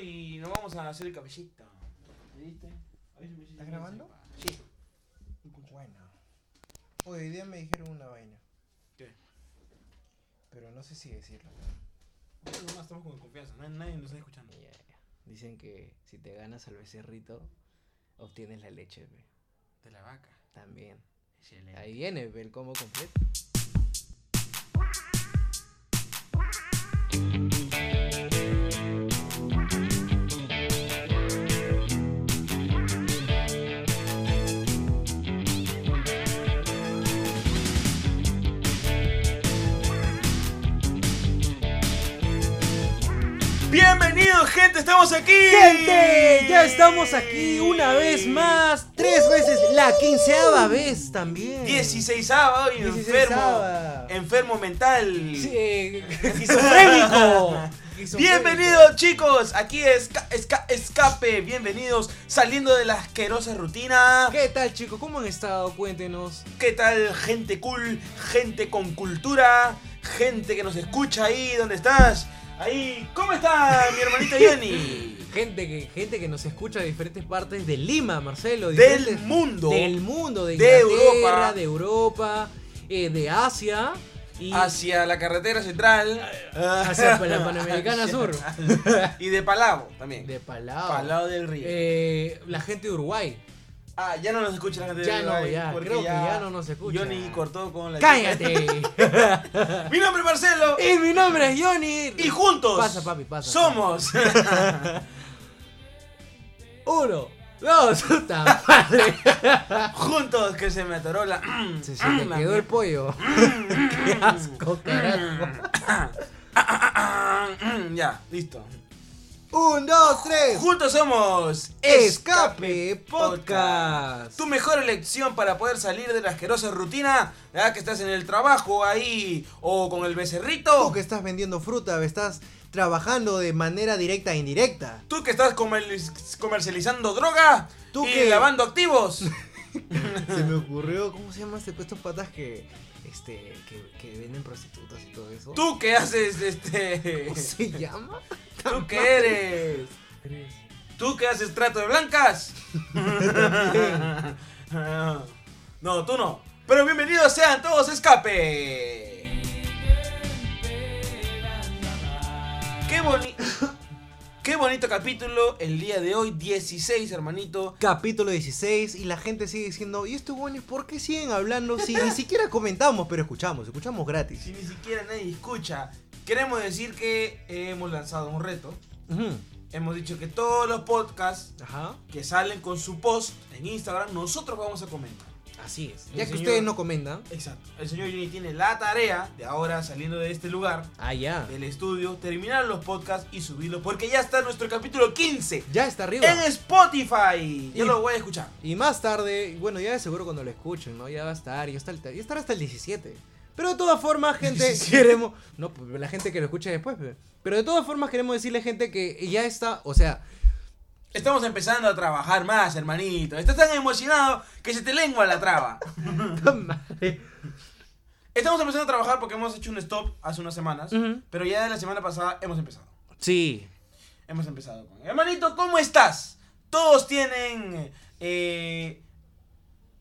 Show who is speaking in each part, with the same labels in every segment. Speaker 1: y nos vamos a hacer el cabellito. ¿Viste?
Speaker 2: ¿Estás grabando?
Speaker 1: Sí.
Speaker 2: Bueno. Hoy día me dijeron una vaina.
Speaker 1: ¿Qué?
Speaker 2: Pero no sé si decirlo.
Speaker 1: Nosotros nomás estamos con confianza, na- nadie, nos está escuchando.
Speaker 3: Ya, ya. Dicen que si te ganas al becerrito, obtienes la leche, pe.
Speaker 1: De la vaca.
Speaker 3: También.
Speaker 1: Excelente.
Speaker 3: Ahí viene, pe, el combo completo.
Speaker 1: Bienvenidos, gente, estamos aquí.
Speaker 3: ¡Gente! Ya estamos aquí una vez más. Tres veces. La quinceava vez también.
Speaker 1: 16 sábado y enfermo.
Speaker 3: Dieciseisava.
Speaker 1: Enfermo mental.
Speaker 3: Sí, eh, esquizofrénico. Esquizofrénico.
Speaker 1: Bienvenidos chicos, aquí es Ca- Esca- Escape, bienvenidos saliendo de la asquerosa rutina.
Speaker 3: ¿Qué tal, chicos? ¿Cómo han estado? Cuéntenos.
Speaker 1: ¿Qué tal gente cool, gente con cultura, gente que nos escucha ahí, ¿dónde estás? Ahí, ¿cómo está mi hermanito Johnny?
Speaker 3: Gente que, gente que nos escucha de diferentes partes de Lima, Marcelo.
Speaker 1: Del
Speaker 3: diferentes-
Speaker 1: mundo.
Speaker 3: Del mundo, de,
Speaker 1: De Europa.
Speaker 3: Inglaterra, de Europa, eh, de Asia y
Speaker 1: Hacia la carretera central.
Speaker 3: Ah, hacia la Panamericana Sur.
Speaker 1: Y de Palavo también.
Speaker 3: De Palau.
Speaker 1: Palavo del Río.
Speaker 3: Eh, la gente de Uruguay.
Speaker 1: Ah, ya no nos escucha la gente
Speaker 3: Ya
Speaker 1: de
Speaker 3: no,
Speaker 1: Uruguay,
Speaker 3: ya,
Speaker 1: porque
Speaker 3: creo que ya no nos escucha.
Speaker 1: Johnny cortó con la
Speaker 3: ¡Cállate!
Speaker 1: Mi nombre es Marcelo.
Speaker 3: y mi nombre es Johnny.
Speaker 1: Y juntos.
Speaker 3: Pasa, papi, pasa.
Speaker 1: Somos.
Speaker 3: Uno, dos, puta madre.
Speaker 1: juntos que se me atoró la.
Speaker 3: Se, Mm. se te quedó el pollo. Qué asco, carajo.
Speaker 2: Mm.
Speaker 1: ya, listo.
Speaker 3: Un, dos, tres.
Speaker 1: Juntos somos.
Speaker 3: Mm. Escape Podcast.
Speaker 1: Tu mejor elección para poder salir de la asquerosa rutina, ¿verdad? que estás en el trabajo ahí o con el becerrito,
Speaker 2: Tú que estás vendiendo fruta, estás trabajando de manera directa e indirecta.
Speaker 1: tú que estás comer- comercializando droga,
Speaker 2: Tú
Speaker 1: y
Speaker 2: que-
Speaker 1: lavando activos.
Speaker 2: Se me ocurrió.
Speaker 3: ¿Cómo se llama este estos patas que este que, que venden prostitutas y todo eso?
Speaker 1: Tú que haces este.
Speaker 3: ¿Cómo se llama?
Speaker 1: Tú que eres. Tú que haces trato de blancas. no, tú no. Pero bienvenidos sean todos a escape. Qué bonito. Qué bonito capítulo el día de hoy, 16, hermanito.
Speaker 2: Capítulo 16 y la gente sigue diciendo, ¿y estos buenos por qué siguen hablando? Si ni siquiera comentamos, pero escuchamos, escuchamos gratis.
Speaker 1: Si ni siquiera nadie escucha, queremos decir que hemos lanzado un reto.
Speaker 2: Ujú.
Speaker 1: Hemos dicho que todos los podcasts
Speaker 3: Ajá.
Speaker 1: que salen con su post en Instagram, nosotros vamos a comentar.
Speaker 3: Así es.
Speaker 1: El
Speaker 3: Ya que
Speaker 1: señor-
Speaker 3: ustedes no comentan.
Speaker 1: Exacto. El señor Juni tiene la tarea de ahora saliendo de este lugar,
Speaker 3: Ah, ya.
Speaker 1: del estudio, terminar los podcasts y subirlos porque ya está nuestro capítulo 15
Speaker 3: Ya está arriba.
Speaker 1: en Spotify. Yo
Speaker 3: Y-
Speaker 1: lo voy a escuchar.
Speaker 3: Y más tarde, bueno, ya de seguro cuando lo escuchen, ¿no? Ya va a estar, ya, está el- ya estará hasta el 17. Pero de todas formas, gente, queremos... No, pues, la gente que lo escuche después, pe. pero de todas formas queremos decirle, gente, que ya está, o sea,
Speaker 1: Estamos empezando a trabajar más, hermanito. Estás tan emocionado que se te lengua la traba.
Speaker 3: madre.
Speaker 1: Estamos empezando a trabajar porque hemos hecho un stop hace unas semanas,
Speaker 3: Ujú.
Speaker 1: pero ya de la semana pasada hemos empezado.
Speaker 3: Sí.
Speaker 1: Hemos empezado con... Hermanito, ¿cómo estás? Todos tienen eh,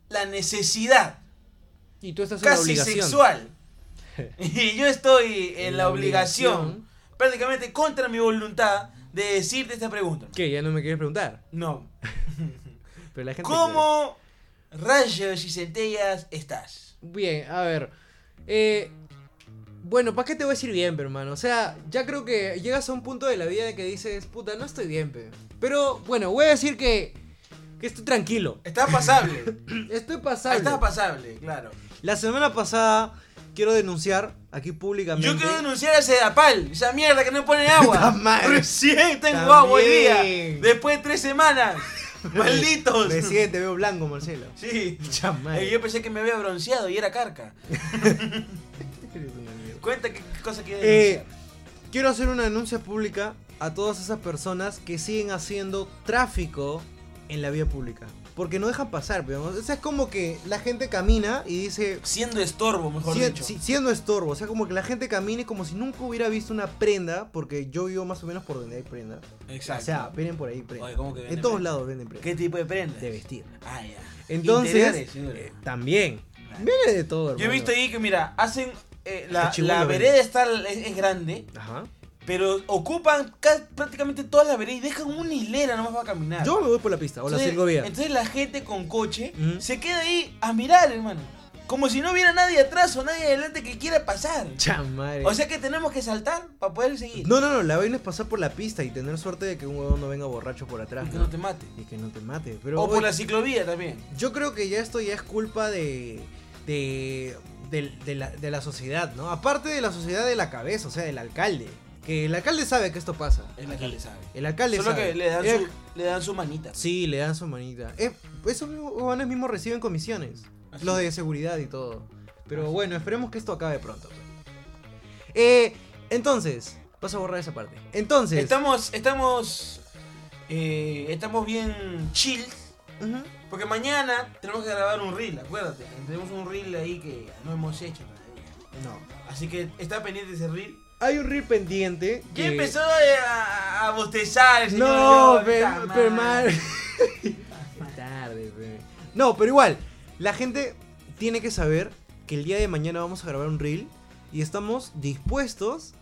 Speaker 1: la necesidad
Speaker 3: Y tú estás en la
Speaker 1: casi
Speaker 3: obligación.
Speaker 1: sexual. Y yo estoy en,
Speaker 3: En
Speaker 1: la
Speaker 3: la
Speaker 1: obligación,
Speaker 3: obligación.
Speaker 1: prácticamente contra mi voluntad, de decirte esta pregunta. hermano.
Speaker 3: ¿Qué? Ya no me quieres preguntar.
Speaker 1: No.
Speaker 3: Pero la gente
Speaker 1: ¿Cómo rayos y centellas estás?
Speaker 3: Bien, a ver. Eh, bueno, ¿para qué te voy a decir bien, pe, hermano? O sea, ya creo que llegas a un punto de la vida de que dices, puta, no estoy bien, pe. Pero bueno, voy a decir que, que estoy tranquilo.
Speaker 1: Estás pasable.
Speaker 3: Estoy pasable.
Speaker 1: estás pasable, claro.
Speaker 2: La semana pasada quiero denunciar aquí públicamente.
Speaker 1: Yo quiero denunciar a Sedapal, esa mierda que no pone
Speaker 2: Puta
Speaker 1: agua.
Speaker 2: madre.
Speaker 1: Recién tengo
Speaker 2: También.
Speaker 1: agua hoy día. Después de tres semanas. Malditos.
Speaker 2: Recién te veo blanco, Marcelo.
Speaker 1: Sí.
Speaker 2: Pucha madre.
Speaker 1: Eh, Yo pensé que me había bronceado y era carca.
Speaker 2: Eres una mierda.
Speaker 1: Cuenta qué qué cosa quieres
Speaker 2: Eh,
Speaker 1: denunciar.
Speaker 2: quiero hacer una denuncia pública a todas esas personas que siguen haciendo tráfico
Speaker 3: en la vía pública. Porque no dejan pasar, pero o sea, es como que la gente camina y dice,
Speaker 1: Siendo estorbo, mejor
Speaker 3: "Sien-
Speaker 1: dicho.
Speaker 3: si- siendo estorbo, o sea, como que la gente camine como si nunca hubiera visto una prenda, porque yo vivo más o menos por donde hay prenda.
Speaker 1: Exacto.
Speaker 3: O sea, vienen por ahí prenda.
Speaker 1: Oye, ¿cómo que
Speaker 3: en
Speaker 1: venden
Speaker 3: todos
Speaker 1: prenda?
Speaker 3: lados venden prenda.
Speaker 1: ¿Qué tipo de prenda?
Speaker 3: De vestir.
Speaker 1: Ah, ya. Interiores,
Speaker 3: Entonces,
Speaker 1: señor.
Speaker 3: eh, también.
Speaker 1: Claro.
Speaker 3: Viene de
Speaker 1: Yo
Speaker 3: todo.
Speaker 1: he
Speaker 3: hermano.
Speaker 1: visto ahí que, mira, hacen. eh, la,
Speaker 3: Este chibulo
Speaker 1: la
Speaker 3: vende.
Speaker 1: vereda está, es, es grande,
Speaker 3: Ajá.
Speaker 1: pero ocupan ca- prácticamente toda la vereda y dejan una hilera nomás para caminar.
Speaker 3: Yo me voy por la pista, o la Mm.
Speaker 1: entonces,
Speaker 3: Silgovía.
Speaker 1: entonces la gente con coche
Speaker 3: Ujú.
Speaker 1: se queda ahí a mirar, hermano. Como si no hubiera nadie atrás o nadie adelante que quiera pasar.
Speaker 3: Chamare.
Speaker 1: O sea que tenemos que saltar para poder seguir.
Speaker 3: No, no, no, la vaina es pasar por la pista y tener suerte de que un huevón no venga borracho por atrás.
Speaker 1: Y que
Speaker 3: ¿no?
Speaker 1: no te mate.
Speaker 3: Y que no te mate. Pero
Speaker 1: O por
Speaker 3: oye,
Speaker 1: la ciclovía también.
Speaker 3: yo creo que ya esto ya es culpa de. de. del- de la, de la sociedad, ¿no? Aparte de la sociedad de la cabeza, o sea, del alcalde. Que el alcalde sabe que esto pasa.
Speaker 1: Es la que le sabe.
Speaker 3: El alcalde
Speaker 1: Solo
Speaker 3: sabe.
Speaker 1: que le dan,
Speaker 3: El-
Speaker 1: su, le dan su manita.
Speaker 3: Sí, le dan su manita. Eh, esos mismos huevones mismos reciben comisiones.
Speaker 1: Así
Speaker 3: Los de seguridad y todo. Pero bueno, esperemos que esto acabe pronto. pues. Eh, entonces, vas a borrar esa parte. Entonces,
Speaker 1: Estamos, estamos, eh, estamos bien chill.
Speaker 3: ujú,
Speaker 1: Porque mañana tenemos que grabar un reel, acuérdate. Tenemos un reel ahí que no hemos hecho todavía.
Speaker 3: no.
Speaker 1: Así que está pendiente ese reel.
Speaker 3: Hay un reel pendiente.
Speaker 1: Ya
Speaker 3: que-
Speaker 1: empezó a, a bostezar el señor.
Speaker 3: No,
Speaker 1: León,
Speaker 3: pero,
Speaker 1: puta
Speaker 3: pero
Speaker 1: madre.
Speaker 3: mal- Tarde, pe. No, pero igual, la gente tiene que saber que el día de mañana vamos a grabar un reel y estamos dispuestos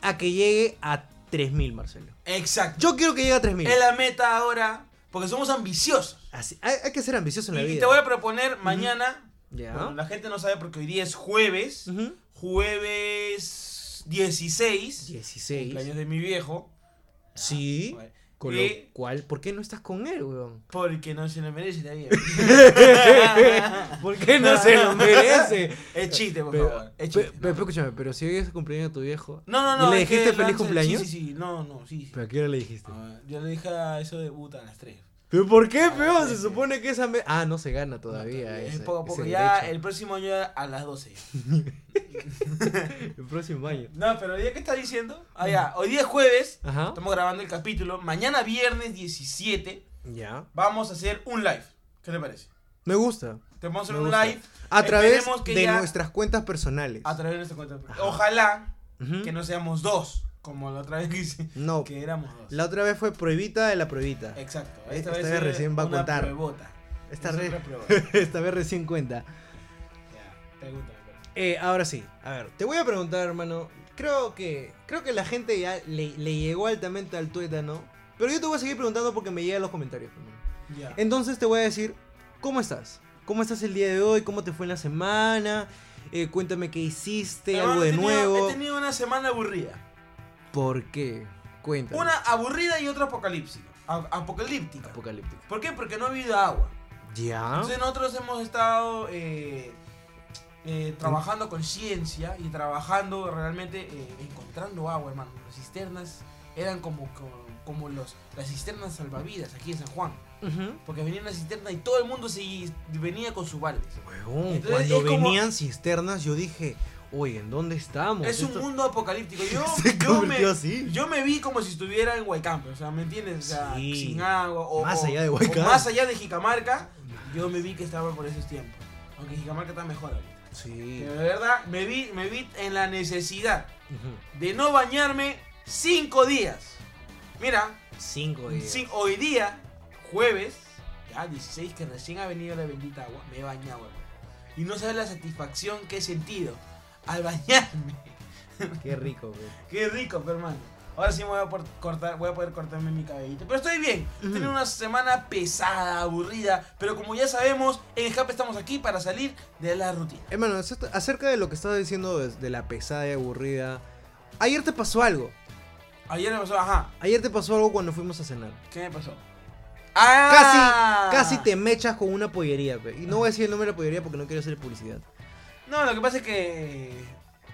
Speaker 3: a que llegue a 3000, Marcelo.
Speaker 1: Exacto.
Speaker 3: Yo quiero que llegue a 3000.
Speaker 1: Es la meta ahora. Porque somos ambiciosos.
Speaker 3: Así- hay, hay que ser ambicioso en la
Speaker 1: y
Speaker 3: vida.
Speaker 1: te voy a proponer mañana.
Speaker 3: Ya.
Speaker 1: bueno, la gente no sabe porque hoy día es jueves.
Speaker 3: Ujú.
Speaker 1: Jueves 16.
Speaker 3: 16.
Speaker 1: Cumpleaños de mi viejo. Ah,
Speaker 3: Sí.
Speaker 1: Bueno,
Speaker 3: Con
Speaker 1: y-
Speaker 3: lo cual, ¿por qué no estás con él, weón?
Speaker 1: Porque no se lo merece también.
Speaker 3: ¿Por qué
Speaker 1: no se lo merece? es chiste, por
Speaker 3: Pero,
Speaker 1: favor. Es
Speaker 3: pe-
Speaker 1: chiste.
Speaker 3: pero escúchame, pero si hoy es el cumpleaños de tu viejo.
Speaker 1: No, no, no.
Speaker 3: ¿Y le
Speaker 1: es que
Speaker 3: dijiste
Speaker 1: el
Speaker 3: feliz
Speaker 1: Ansel-
Speaker 3: cumpleaños?
Speaker 1: Sí, sí, sí. No, no, sí. sí.
Speaker 3: ¿Pero a qué hora le dijiste?
Speaker 1: Ah, yo le dije a eso de puta a las 3.
Speaker 3: ¿Pero por qué, peón? Se supone que esa. me- Ah, no se gana todavía. ese-
Speaker 1: poco a poco.
Speaker 3: ese
Speaker 1: Ya
Speaker 3: derecho.
Speaker 1: el próximo año ya a las 12.
Speaker 3: el... próximo año.
Speaker 1: No, pero ¿ya qué está diciendo? Ah, ya. Hoy día es jueves.
Speaker 3: Ajá.
Speaker 1: Estamos grabando el capítulo. Mañana viernes 17
Speaker 3: Ya.
Speaker 1: vamos a hacer un live. ¿Qué le parece?
Speaker 3: Me gusta.
Speaker 1: Te vamos a hacer
Speaker 3: me
Speaker 1: un
Speaker 3: gusta.
Speaker 1: live
Speaker 3: A través
Speaker 1: Esperemos que
Speaker 3: de
Speaker 1: ya-
Speaker 3: nuestras cuentas personales.
Speaker 1: a través de nuestra cuenta.
Speaker 3: Ajá.
Speaker 1: Ojalá
Speaker 3: Ujú.
Speaker 1: que no seamos dos, como la otra vez que hice.
Speaker 3: No,
Speaker 1: Que éramos dos.
Speaker 3: la otra vez fue prohibita de la prohibita.
Speaker 1: Exacto.
Speaker 3: Esta vez recién va a
Speaker 1: una
Speaker 3: contar.
Speaker 1: Pruebota.
Speaker 3: Esta,
Speaker 1: Es
Speaker 3: re-
Speaker 1: otra prueba.
Speaker 3: Esta vez recién cuenta.
Speaker 1: Ya, pregúntame, perdón.
Speaker 3: Eh, ahora sí, a ver, te voy a preguntar, hermano. Creo que creo que la gente ya le, le llegó altamente al tuétano. Pero yo te voy a seguir preguntando porque me llegan los comentarios. hermano.
Speaker 1: Ya.
Speaker 3: Entonces te voy a decir, ¿cómo estás? ¿Cómo estás el día de hoy? ¿Cómo te fue en la semana? Eh, cuéntame qué hiciste,
Speaker 1: Hermano,
Speaker 3: algo
Speaker 1: he
Speaker 3: de
Speaker 1: tenido-
Speaker 3: nuevo.
Speaker 1: He tenido una semana aburrida.
Speaker 3: ¿Por qué? Cuéntame.
Speaker 1: Una aburrida y otra apocalíptica. A- apocalíptica.
Speaker 3: apocalíptica.
Speaker 1: ¿Por qué? Porque no ha habido agua.
Speaker 3: Ya.
Speaker 1: Entonces nosotros hemos estado eh, eh, trabajando con ciencia y trabajando realmente eh, encontrando agua, hermano. Las cisternas eran como, como, como los, las cisternas salvavidas aquí en San Juan.
Speaker 3: Ujú.
Speaker 1: Porque venía una cisterna y todo el mundo se venía con su balde.
Speaker 3: Huevón,
Speaker 1: Entonces,
Speaker 3: cuando
Speaker 1: es como-
Speaker 3: venían cisternas yo dije, oye, ¿en dónde estamos?
Speaker 1: Es un
Speaker 3: Esto-
Speaker 1: mundo apocalíptico. Yo,
Speaker 3: Se
Speaker 1: yo
Speaker 3: convirtió
Speaker 1: me,
Speaker 3: así.
Speaker 1: yo me vi como si estuviera en Huaycampe, o sea, ¿me entiendes? O sea,
Speaker 3: Sí.
Speaker 1: sin agua. O,
Speaker 3: Más
Speaker 1: o-
Speaker 3: allá de
Speaker 1: o
Speaker 3: Huaycampe.
Speaker 1: Más allá de Jicamarca, yo me vi que estaba por esos tiempos. Aunque Jicamarca está mejor ahorita.
Speaker 3: Sí.
Speaker 1: Pero De verdad, me vi, me vi en la necesidad
Speaker 3: Ujú.
Speaker 1: de no bañarme cinco días. Mira,
Speaker 3: Cinco días.
Speaker 1: sin- hoy día, jueves, ya 16, que recién ha venido la bendita agua, me he bañado. hermano. Y no sabes la satisfacción que he sentido al bañarme.
Speaker 3: Qué rico, güey.
Speaker 1: Qué rico, pe, hermano. Ahora sí me voy a, por- cortar, voy a poder cortarme mi cabellito. Pero estoy bien.
Speaker 3: Ujú.
Speaker 1: Tiene una semana pesada, aburrida. Pero como ya sabemos, en Escape estamos aquí para salir de la rutina.
Speaker 3: Hermano, acerca- acerca de lo que estabas diciendo de, de la pesada y aburrida. Ayer te pasó algo.
Speaker 1: Ayer me pasó, ajá.
Speaker 3: Ayer te pasó algo cuando fuimos a cenar.
Speaker 1: ¿Qué me pasó?
Speaker 3: Casi,
Speaker 1: ¡Ah!
Speaker 3: casi te mechas con una pollería, pe. Y no voy a decir el nombre de la pollería porque no quiero hacer publicidad.
Speaker 1: No, lo que pasa es que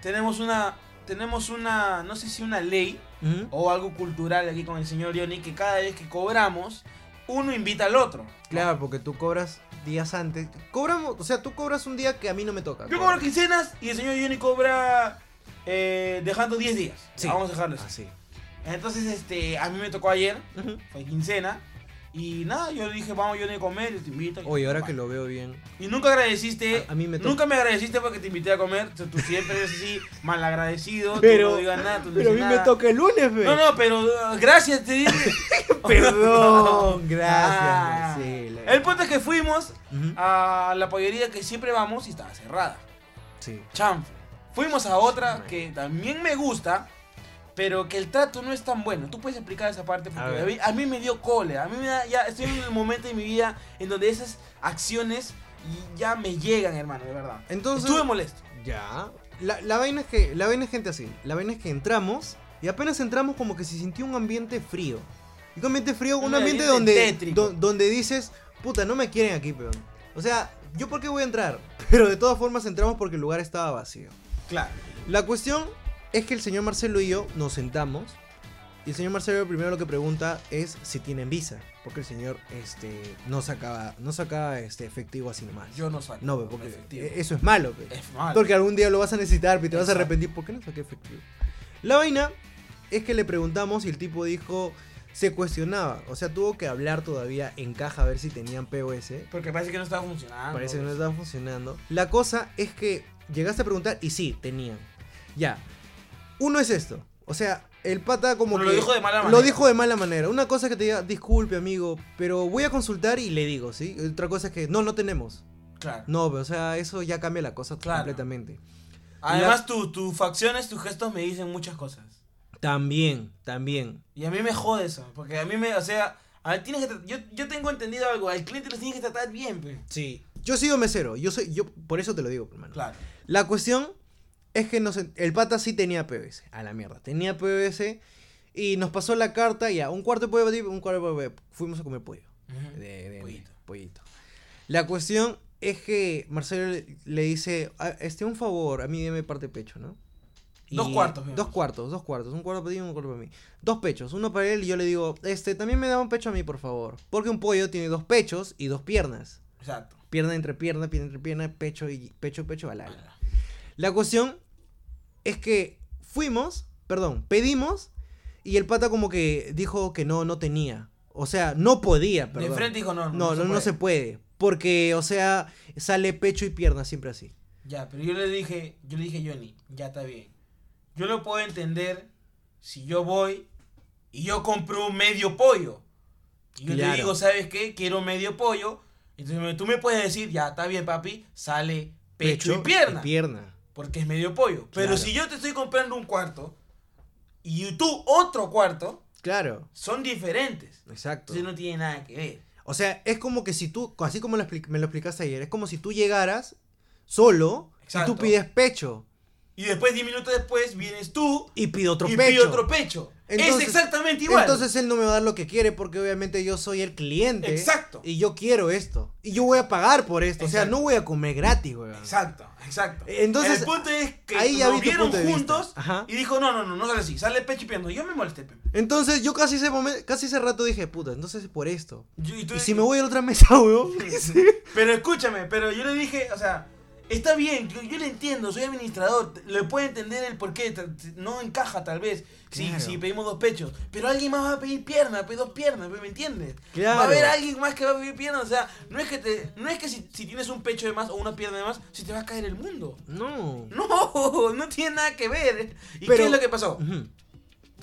Speaker 1: tenemos una. Tenemos una. No sé si una ley
Speaker 3: Ujú.
Speaker 1: o algo cultural aquí con el señor Leoni que cada vez que cobramos, uno invita al otro.
Speaker 3: Claro, porque tú cobras días antes. Cobramos, o sea, tú cobras un día que a mí no me toca.
Speaker 1: Yo cobro quincenas y el señor Leoni cobra. eh, dejando 10 días.
Speaker 3: Ah, Sí.
Speaker 1: Vamos a dejarlo así.
Speaker 3: Así.
Speaker 1: Entonces, este, a mí me tocó ayer,
Speaker 3: Ujú.
Speaker 1: fue quincena, Y nada, yo le dije, vamos, yo no comer, te invito. y-
Speaker 3: Oye, ahora
Speaker 1: va.
Speaker 3: que lo veo bien.
Speaker 1: Y nunca agradeciste.
Speaker 3: A- a mí me toca.
Speaker 1: Nunca me agradeciste porque te invité a comer. Tú, tú siempre eres así, malagradecido.
Speaker 4: Pero-
Speaker 1: tú no digas nada, tú no
Speaker 4: Pero a mí
Speaker 1: dices
Speaker 4: me
Speaker 1: nada.
Speaker 4: toca el lunes, fe.
Speaker 1: No, no, pero uh, gracias, te dije.
Speaker 4: Perdón, gracias,
Speaker 1: Ah.
Speaker 4: Marcela.
Speaker 1: El punto es que fuimos
Speaker 3: Ujú.
Speaker 1: a la pollería que siempre vamos y estaba cerrada.
Speaker 3: Sí.
Speaker 1: Chanfle. Fuimos a otra que también me gusta, pero que el trato no es tan bueno. Tú puedes explicar esa parte porque
Speaker 3: A
Speaker 1: a,
Speaker 3: ver.
Speaker 1: mí, a mí me dio cólera. A mí me da- ya estoy en el momento de mi vida en donde esas acciones ya me llegan, hermano, de verdad.
Speaker 3: Entonces.
Speaker 1: Estuve molesto.
Speaker 3: Ya. La, la vaina es que. La vaina es gente así. La vaina es que entramos. Y apenas entramos como que se sintió un ambiente frío. Y un ambiente frío, un,
Speaker 1: Un
Speaker 3: ambiente,
Speaker 1: ambiente
Speaker 3: donde.
Speaker 1: tétrico.
Speaker 3: do- donde dices. Puta, no me quieren aquí, peón. O sea, ¿yo por qué voy a entrar? Pero de todas formas entramos porque el lugar estaba vacío.
Speaker 1: Claro.
Speaker 3: La cuestión es que el señor Marcelo y yo nos sentamos. Y el señor Marcelo primero lo que pregunta es si tienen visa. Porque el señor este, no sacaba, no sacaba este, efectivo así nomás.
Speaker 1: Yo no saco.
Speaker 3: no, pe, porque
Speaker 1: efectivo.
Speaker 3: e- eso es malo. pe.
Speaker 1: Es malo.
Speaker 3: Porque algún día lo vas a necesitar y te vas a
Speaker 1: Ah, Exacto.
Speaker 3: arrepentir. ¿Por qué no saqué efectivo? La vaina es que le preguntamos y el tipo dijo, se cuestionaba. O sea, tuvo que hablar todavía en caja a ver si tenían POS.
Speaker 1: Porque parece que Ah, no estaba funcionando.
Speaker 3: Parece que no estaba funcionando. La cosa es que llegaste a preguntar y sí, tenían. Ya. Uno es esto. O sea, el pata como
Speaker 1: Pero
Speaker 3: que...
Speaker 1: lo dijo de mala
Speaker 3: Lo
Speaker 1: manera.
Speaker 3: dijo de mala manera. Una cosa es que te diga, disculpe amigo, pero voy a consultar y le digo, ¿sí? Otra cosa es que, no, no tenemos.
Speaker 1: Claro.
Speaker 3: No, pero, o sea, eso ya cambia la cosa
Speaker 1: Claro.
Speaker 3: completamente.
Speaker 1: Además, tu- tus facciones, tus gestos me dicen muchas cosas.
Speaker 3: También, también.
Speaker 1: Y a mí me jode eso, porque a mí me, o sea, a tienes que tra- yo, yo tengo entendido algo, al cliente lo tienes que tratar bien, pues. pe.
Speaker 3: Sí. Yo sigo mesero. Yo soy, yo, por eso te lo digo, hermano.
Speaker 1: Claro.
Speaker 3: La cuestión es que nos, el pata sí tenía PVC. A la mierda. Tenía PVC. Y nos pasó la carta y a un cuarto de pollo, batid, un cuarto de pollo. batid. Fuimos a comer pollo. De, de- de-
Speaker 1: Pollito.
Speaker 3: pollito. La cuestión es que Marcelo le, le dice, "Ah, este, un favor, a mí deme parte pecho, ¿no?
Speaker 1: Dos cuartos, digamos.
Speaker 3: Dos cuartos, dos cuartos. Un cuarto para ti y un cuarto para mí. Dos pechos, uno para él y yo le digo, este, también me da un pecho a mí, por favor. Porque un pollo tiene dos pechos y dos piernas.
Speaker 1: Exacto.
Speaker 3: Pierna entre pierna, pierna entre pierna, pecho y pecho, pecho, balala. La cuestión es que fuimos, perdón, pedimos y el pata como que dijo que no, no tenía. O sea, no podía, perdón.
Speaker 1: De frente dijo, no, no,
Speaker 3: no, no, no se
Speaker 1: puede.
Speaker 3: puede. Porque, o sea, sale pecho y pierna siempre así.
Speaker 1: Ya, pero yo le dije, yo le dije, Johnny, ya está bien. Yo lo puedo entender si yo voy y yo compro un medio pollo. Y yo
Speaker 3: Claro.
Speaker 1: te digo, ¿sabes qué? Quiero medio pollo. Entonces me- tú me puedes decir, ya está bien, papi, sale pecho, y pierna.
Speaker 3: pierna.
Speaker 1: porque es medio pollo. Pero
Speaker 3: Claro.
Speaker 1: si yo te estoy comprando un cuarto y tú otro cuarto,
Speaker 3: Claro,
Speaker 1: son diferentes.
Speaker 3: exacto.
Speaker 1: Entonces no tiene nada que ver.
Speaker 3: O sea, es como que si tú, así como lo expli- me lo explicaste ayer, es como si tú llegaras solo y
Speaker 1: Exacto.
Speaker 3: tú pides pecho
Speaker 1: Y después, 10 minutos después, vienes tú
Speaker 3: y pido otro
Speaker 1: y
Speaker 3: pecho.
Speaker 1: pide otro pecho.
Speaker 3: Entonces-
Speaker 1: es exactamente igual.
Speaker 3: Entonces él no me va a dar lo que quiere porque obviamente yo soy el cliente.
Speaker 1: Exacto.
Speaker 3: Y yo quiero esto. Y yo voy a pagar por esto. O sea,
Speaker 1: Exacto.
Speaker 3: no voy a comer gratis, weón.
Speaker 1: Exacto, exacto.
Speaker 3: Entonces,
Speaker 1: el punto es que
Speaker 3: ahí ya
Speaker 1: lo
Speaker 3: vi tu
Speaker 1: vieron
Speaker 3: punto de vista.
Speaker 1: juntos
Speaker 3: Ajá.
Speaker 1: y dijo, no, no, no, no sale así, sale pecho y pierna. Yo me molesté, pe.
Speaker 3: Entonces yo casi ese momento, casi ese rato dije, puta, entonces es por esto.
Speaker 1: Yo- tú-
Speaker 3: Y si me voy a la otra mesa, weón.
Speaker 1: Pero escúchame, pero yo le dije, o sea, está bien, yo, yo le entiendo, soy administrador, t- le puedo entender el porqué, t- t- no encaja tal vez, si,
Speaker 3: Claro.
Speaker 1: si pedimos dos pechos, pero alguien más va a pedir pierna, pues dos piernas, pues, ¿me entiendes?
Speaker 3: Claro.
Speaker 1: Va a haber alguien más que va a pedir pierna, o sea, no es que te, no es que si, si tienes un pecho de más o una pierna de más, se te va a caer el mundo.
Speaker 3: No.
Speaker 1: No, no tiene nada que ver. ¿Y
Speaker 3: Pero-
Speaker 1: qué es lo que pasó?
Speaker 3: Ujú.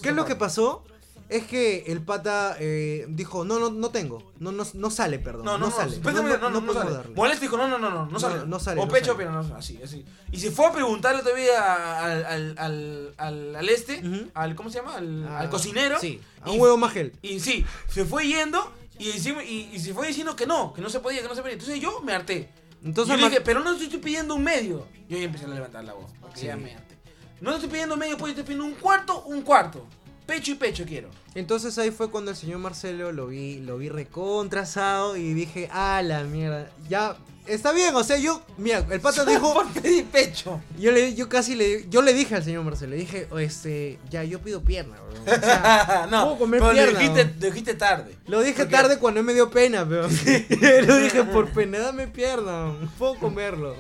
Speaker 3: ¿Qué es lo que pasó? Es que el pata eh, dijo, no, no, no tengo. No, no, no sale, perdón. No, sale.
Speaker 1: espérame, no, Pues, no, no
Speaker 3: puedo
Speaker 1: sale.
Speaker 3: darle.
Speaker 1: Molesto dijo, no, no, no, no, no sale.
Speaker 3: no sale,
Speaker 1: O
Speaker 3: no
Speaker 1: pecho,
Speaker 3: sale.
Speaker 1: pero no, así, así. Y se fue a preguntarle todavía al, al, al, al, al este,
Speaker 3: Ujú.
Speaker 1: al, ¿cómo se llama? Al,
Speaker 3: Ah,
Speaker 1: al cocinero.
Speaker 3: Sí. A
Speaker 1: Y-
Speaker 3: un huevo magel.
Speaker 1: Y sí, se fue yendo y, encima- y, y se fue diciendo que no, que no se podía, que no se podía. Entonces yo me harté.
Speaker 3: Entonces,
Speaker 1: Entonces yo le
Speaker 3: Mar-
Speaker 1: dije, pero no te estoy pidiendo un medio. Yo ya empecé a levantar la voz, porque
Speaker 3: Sí.
Speaker 1: ya me harté. No te estoy pidiendo medio, pues yo te pidiendo un cuarto, un cuarto. Pecho y pecho quiero.
Speaker 3: Entonces ahí fue cuando el señor Marcelo lo vi, lo vi recontrasado y dije, ah, la mierda, ya, está bien, o sea, yo, mira, el pata dijo,
Speaker 1: Por pedir pecho.
Speaker 3: yo le, yo casi le, yo le dije al señor Marcelo, le dije, "O este, ya, yo pido pierna, bro. O sea,
Speaker 1: no,
Speaker 3: ¿puedo Ah, comer
Speaker 1: pero
Speaker 3: pierna,
Speaker 1: lo dijiste,
Speaker 3: no?
Speaker 1: lo dijiste tarde.
Speaker 3: lo dije
Speaker 1: Porque-
Speaker 3: tarde cuando me dio pena, pero lo dije, por pena, dame pierna, puedo comerlo.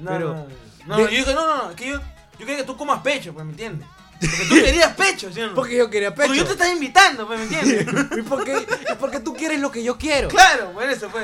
Speaker 1: No,
Speaker 3: pero-
Speaker 1: no, no, no,
Speaker 3: de-
Speaker 1: yo dije, no, no, no, es que yo, yo quería que tú comas pecho, pues, ¿me entiendes? Porque tú querías pecho, ¿sí o no?
Speaker 3: Porque yo quería pecho.
Speaker 1: Porque yo te estaba invitando, pues, ¿me entiendes?
Speaker 3: ¿Y porque, y porque tú quieres lo que yo quiero.
Speaker 1: claro, por eso fue.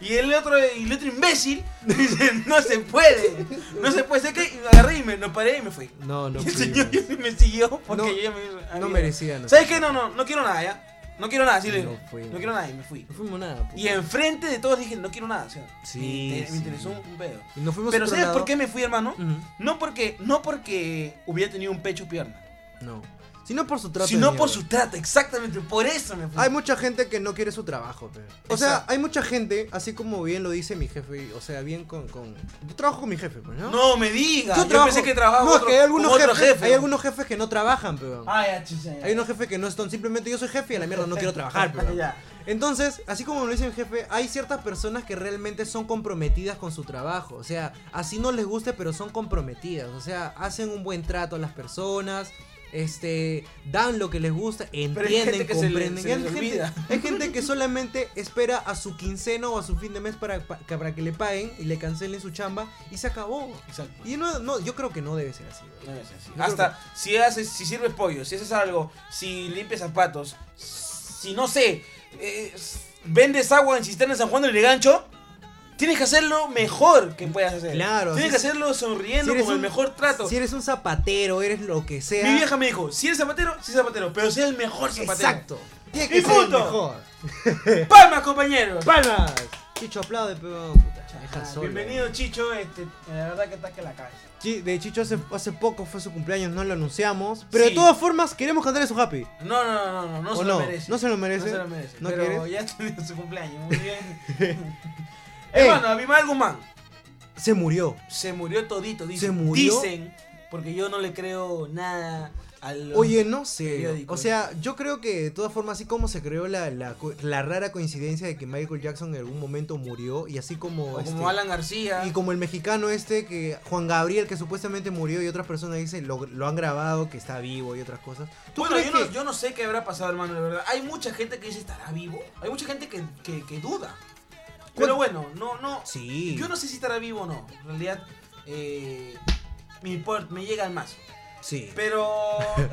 Speaker 1: Y el otro, y el otro imbécil dice, no se puede, no se puede. Sé que y agarré y me lo paré y me fui.
Speaker 3: No, no.
Speaker 1: y el
Speaker 3: primo.
Speaker 1: señor me siguió porque
Speaker 3: No,
Speaker 1: yo ya me
Speaker 3: No merecía. No,
Speaker 1: ¿Sabes qué? No, no, no quiero nada ya. No quiero nada, sí le
Speaker 3: No
Speaker 1: digo.
Speaker 3: fuimos.
Speaker 1: No quiero nada y me fui.
Speaker 3: No fuimos nada. pues.
Speaker 1: Y enfrente de todos dije, no quiero nada, o sea,
Speaker 3: Sí,
Speaker 1: me, inter-
Speaker 3: sí.
Speaker 1: me interesó un un pedo.
Speaker 3: Y nos fuimos a
Speaker 1: Pero
Speaker 3: otro
Speaker 1: ¿sabes
Speaker 3: lado.
Speaker 1: por qué me fui, hermano?
Speaker 3: Ujú.
Speaker 1: No porque, no porque hubiera tenido un pecho pierna,
Speaker 3: No. Sino por su trato. de
Speaker 1: sino por
Speaker 3: mierda.
Speaker 1: su trato, exactamente, por eso me fui.
Speaker 3: Hay mucha gente que no quiere su trabajo, pe. O sea, hay mucha gente, así como bien lo dice mi jefe, o sea, bien con... con... Yo trabajo con mi jefe, pues, ¿no?
Speaker 1: no me digas,
Speaker 3: Yo
Speaker 1: yo,
Speaker 3: trabajo-
Speaker 1: pensé que trabajaba
Speaker 3: No,
Speaker 1: con
Speaker 3: es que hay algunos,
Speaker 1: con otro
Speaker 3: jefes,
Speaker 1: jefe.
Speaker 3: hay algunos jefes que no trabajan, pero
Speaker 1: Ah, ya, chucha, ya.
Speaker 3: Hay unos jefes que no están, simplemente yo soy jefe y a la mierda no quiero trabajar, pero
Speaker 1: Ya.
Speaker 3: Entonces, así como me lo dice mi jefe, hay ciertas personas que realmente son comprometidas con su trabajo. O sea, así no les guste, pero son comprometidas. O sea, hacen un buen trato a las personas. Este, dan lo que les gusta,
Speaker 1: hay gente
Speaker 3: entienden,
Speaker 1: que se le-
Speaker 3: comprenden.
Speaker 1: se les
Speaker 3: hay, gente,
Speaker 1: olvida.
Speaker 3: hay gente que solamente espera a su quinceno o a su fin de mes para, pa- para que le paguen y le cancelen su chamba y se acabó.
Speaker 1: Exacto.
Speaker 3: Y no, no, yo creo que no debe ser así.
Speaker 1: No es así.
Speaker 3: creo
Speaker 1: Hasta si haces, si sirves pollo, si haces algo, si limpias zapatos, si no sé, eh, s- vendes agua en cisterna en San Juan del Legancho, tienes que hacerlo mejor que puedas hacer.
Speaker 3: Claro,
Speaker 1: Tienes
Speaker 3: si-
Speaker 1: que hacerlo sonriendo
Speaker 3: si eres
Speaker 1: con el
Speaker 3: un-
Speaker 1: mejor trato.
Speaker 3: Si eres un zapatero, eres lo que sea.
Speaker 1: Mi vieja me dijo, si eres zapatero, sí zapatero, pero sea el mejor zapatero.
Speaker 3: Exacto. Tiene
Speaker 1: ¡Y
Speaker 3: que ser el
Speaker 1: punto!
Speaker 3: mejor.
Speaker 1: ¡Palmas, compañeros!
Speaker 3: ¡Palmas! Chicho aplaude, pero puta, me deja
Speaker 1: Ah,
Speaker 3: solo.
Speaker 1: Bienvenido, Chicho, este, la verdad que está que la cabeza.
Speaker 3: Chi- de Chicho hace, hace poco fue su cumpleaños, no lo anunciamos. Pero de
Speaker 1: Sí.
Speaker 3: todas formas, queremos cantarle su happy.
Speaker 1: No, no, no, no, no, no
Speaker 3: ¿O
Speaker 1: se
Speaker 3: no?
Speaker 1: lo merece.
Speaker 3: ¿No se lo merece?
Speaker 1: No se lo merece.
Speaker 3: ¿No
Speaker 1: pero
Speaker 3: quieres?
Speaker 1: ya tenido su cumpleaños, muy bien.
Speaker 3: Ey.
Speaker 1: Hermano, Abimael Guzmán
Speaker 3: Se murió.
Speaker 1: se murió todito, dicen.
Speaker 3: ¿Se murió?
Speaker 1: Dicen, porque yo no le creo nada a los...
Speaker 3: Oye, no sé.
Speaker 1: Periódico.
Speaker 3: O sea, yo creo que de todas formas, así como se creó la, la co- la rara coincidencia de que Michael Jackson en algún momento murió, y así como.
Speaker 1: o
Speaker 3: este,
Speaker 1: como Alan García.
Speaker 3: Y como el mexicano este, que Juan Gabriel, que supuestamente murió, y otras personas dicen lo, lo han grabado, que está vivo y otras cosas. ¿Tú
Speaker 1: Bueno,
Speaker 3: crees
Speaker 1: yo, no,
Speaker 3: que-
Speaker 1: yo no sé qué habrá pasado, hermano, de verdad. Hay mucha gente que dice, ¿estará vivo? Hay mucha gente que, que, que duda. Pero bueno, no, no.
Speaker 3: Sí.
Speaker 1: Yo no sé si estará vivo o no. En realidad, eh, me, importa, me llega al más.
Speaker 3: Sí.
Speaker 1: Pero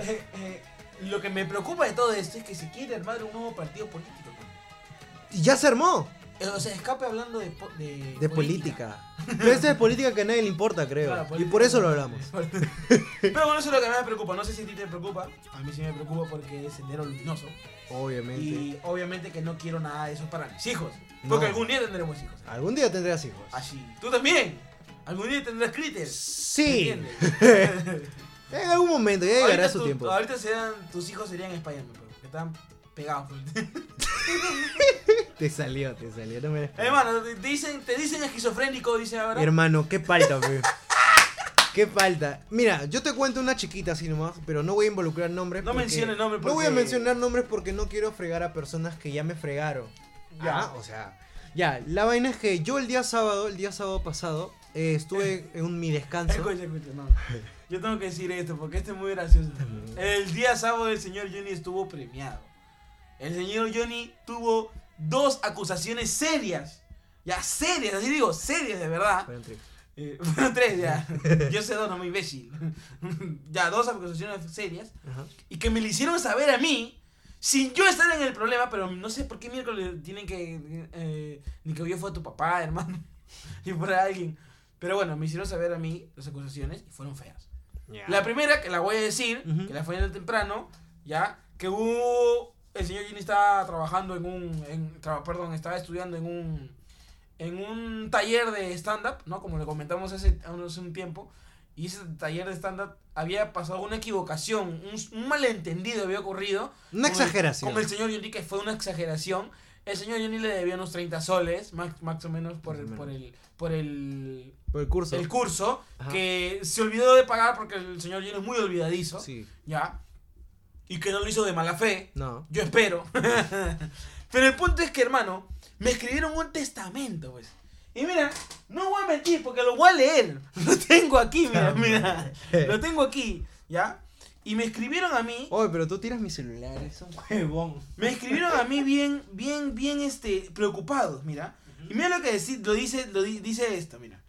Speaker 1: eh, eh, lo que me preocupa de todo esto es que se quiere armar un nuevo partido político. ¿no?
Speaker 3: Y ya se armó.
Speaker 1: Eh, O sea, escape hablando de, po- de,
Speaker 3: De política. Pero esta es política que a nadie le importa, creo.
Speaker 1: Claro,
Speaker 3: y
Speaker 1: política.
Speaker 3: por eso lo hablamos.
Speaker 1: Pero bueno, eso es lo que más me preocupa. No sé si a ti te preocupa. A mí sí me preocupa porque es sendero luminoso.
Speaker 3: Obviamente.
Speaker 1: Y obviamente que no quiero nada de eso para mis hijos. Porque
Speaker 3: No.
Speaker 1: algún día tendremos hijos.
Speaker 3: Algún día tendrás hijos.
Speaker 1: Así. ¿Tú también? ¿Algún día tendrás critters?
Speaker 3: Sí.
Speaker 1: ¿Entiendes?
Speaker 3: En algún momento, ya llegará
Speaker 1: ahorita,
Speaker 3: su
Speaker 1: tu-
Speaker 3: tiempo.
Speaker 1: ahorita serán, tus hijos serían España, porque están pegados. pues.
Speaker 3: Te salió, te salió. No me...
Speaker 1: Hermano, te dicen, te dicen esquizofrénico, dice ahora.
Speaker 3: Hermano, qué falta, fe. Qué falta. Mira, yo te cuento una chiquita así nomás, pero no voy a involucrar nombres.
Speaker 1: No
Speaker 3: porque-
Speaker 1: menciones nombres
Speaker 3: No voy a
Speaker 1: porque-
Speaker 3: mencionar nombres porque no quiero fregar a personas que ya me fregaron. Ya,
Speaker 1: Ya.
Speaker 3: o sea. Ya, la vaina es que yo el día sábado, el día sábado pasado, eh, estuve en un, mi descanso.
Speaker 1: Escucha, escucha, no. Yo tengo que decir esto porque este es muy gracioso. El día sábado el señor Johnny estuvo premiado. El señor Johnny tuvo dos acusaciones serias. Ya, serias, así digo, serias de verdad.
Speaker 3: Fueron tres.
Speaker 1: Eh, bueno, tres ya. Yo sé dos, no muy imbécil. ya, dos acusaciones serias.
Speaker 3: Ajá.
Speaker 1: Y que me le hicieron saber a mí, sin yo estar en el problema, pero no sé por qué miércoles tienen que. eh, ni que yo fue tu papá, hermano. Ni fuera alguien. Pero bueno, me hicieron saber a mí las acusaciones y fueron feas. La primera, que la voy a decir,
Speaker 3: Ujú.
Speaker 1: que la fue en el temprano, ya, que hubo. El señor Jimmy estaba trabajando en un. En, tra- perdón, estaba estudiando en un. En un taller de stand-up, ¿no? Como le comentamos hace, hace un tiempo. Y ese taller de stand-up había pasado una equivocación, un, un malentendido había ocurrido. Con
Speaker 3: Una
Speaker 1: el-
Speaker 3: exageración.
Speaker 1: Con el señor Johnny, que fue una exageración. El señor Johnny le debía unos 30 soles, más, más o menos, por el, por el, por el,
Speaker 3: Por el curso.
Speaker 1: el curso,
Speaker 3: Ajá.
Speaker 1: que se olvidó de pagar porque el señor Johnny es muy olvidadizo,
Speaker 3: Sí.
Speaker 1: ¿ya? Y que no lo hizo de mala fe,
Speaker 3: No.
Speaker 1: yo espero. Pero el punto es que, hermano, me escribieron un testamento, pues. Y mira, no voy a mentir porque lo voy a leer. Lo tengo aquí, mira,
Speaker 3: Ah,
Speaker 1: mira. Lo tengo aquí, ¿ya? Y me escribieron a mí
Speaker 3: Oye, pero tú tiras mi celular, es un huevón.
Speaker 1: me escribieron a mí bien, bien, bien, este, preocupados, mira. Y mira lo que decí- lo dice, lo di- dice esto, mira.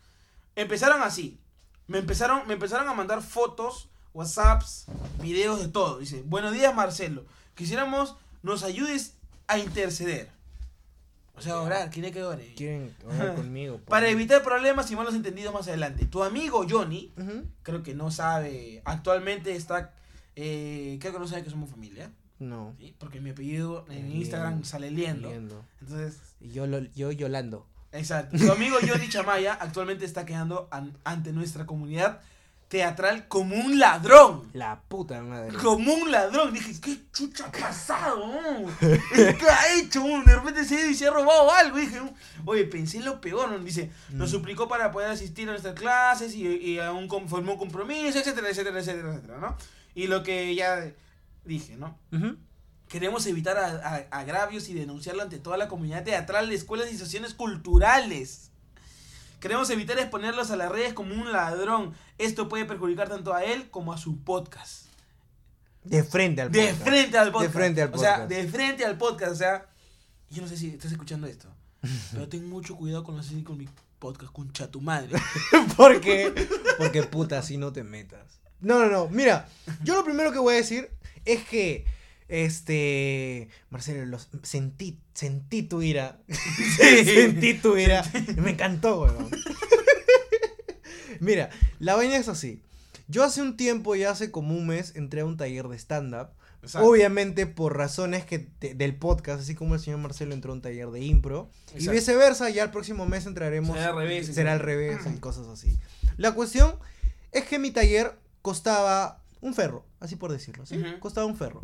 Speaker 1: Empezaron así. Me empezaron, me empezaron a mandar fotos WhatsApps, videos de todo. Dice, buenos días Marcelo, quisiéramos nos ayudes a interceder. O sea, orar, quiere que ore.
Speaker 5: Quieren hablar conmigo.
Speaker 3: pues.
Speaker 5: por-
Speaker 1: Para evitar problemas y malos entendidos más adelante. Tu amigo Johnny,
Speaker 5: Ujú.
Speaker 1: creo que no sabe, actualmente está, eh, creo que no sabe que somos familia.
Speaker 5: No.
Speaker 1: ¿sí? Porque mi apellido en
Speaker 5: Liendo.
Speaker 1: Instagram sale liendo.
Speaker 5: Liendo.
Speaker 1: Entonces,
Speaker 5: Y Yo, lo- yo Yolando.
Speaker 1: Exacto. Tu amigo Johnny Chamaya actualmente está quedando an- ante nuestra comunidad teatral como un ladrón.
Speaker 5: La puta madre.
Speaker 1: Como un ladrón. Dije, ¿qué chucha ha pasado? mon? ¿Qué ha hecho? mon? De repente se ha ido y se ha robado algo. Dije, oye, pensé lo peor. ¿no? Dice, nos suplicó para poder asistir a nuestras clases y, y aún con- formó un compromiso, etcétera, etcétera, etcétera, etcétera, ¿no? Y lo que ya dije, ¿no?
Speaker 5: Ujú.
Speaker 1: Queremos evitar a- a- agravios y denunciarlo ante toda la comunidad teatral de escuelas y asociaciones culturales. Queremos evitar exponerlos a las redes como un ladrón. Esto puede perjudicar tanto a él como a su podcast.
Speaker 5: De frente al
Speaker 1: De
Speaker 5: podcast.
Speaker 1: frente al podcast.
Speaker 5: De frente al
Speaker 1: O sea,
Speaker 5: podcast.
Speaker 1: de frente al podcast. O sea, yo no sé si estás escuchando esto, pero ten mucho cuidado con, los, con mi podcast, concha tu madre.
Speaker 5: Porque.
Speaker 3: Porque puta, así no te metas. No, no, no. Mira, yo lo primero que voy a decir es que. Este. Marcelo, los, sentí, sentí tu ira. sentí tu ira. Me encantó, weón. Mira, la vaina es así. Yo hace un tiempo, ya hace como un mes, entré a un taller de stand-up.
Speaker 1: Exacto.
Speaker 3: Obviamente por razones que te- del podcast, así como el señor Marcelo entró a un taller de impro. Y
Speaker 1: Exacto.
Speaker 3: viceversa, ya el próximo mes entraremos.
Speaker 1: Será al revés,
Speaker 3: Será al revés y cosas así. La cuestión es que mi taller costaba un ferro, así por decirlo, ¿sí?
Speaker 1: Ujú.
Speaker 3: Costaba un ferro.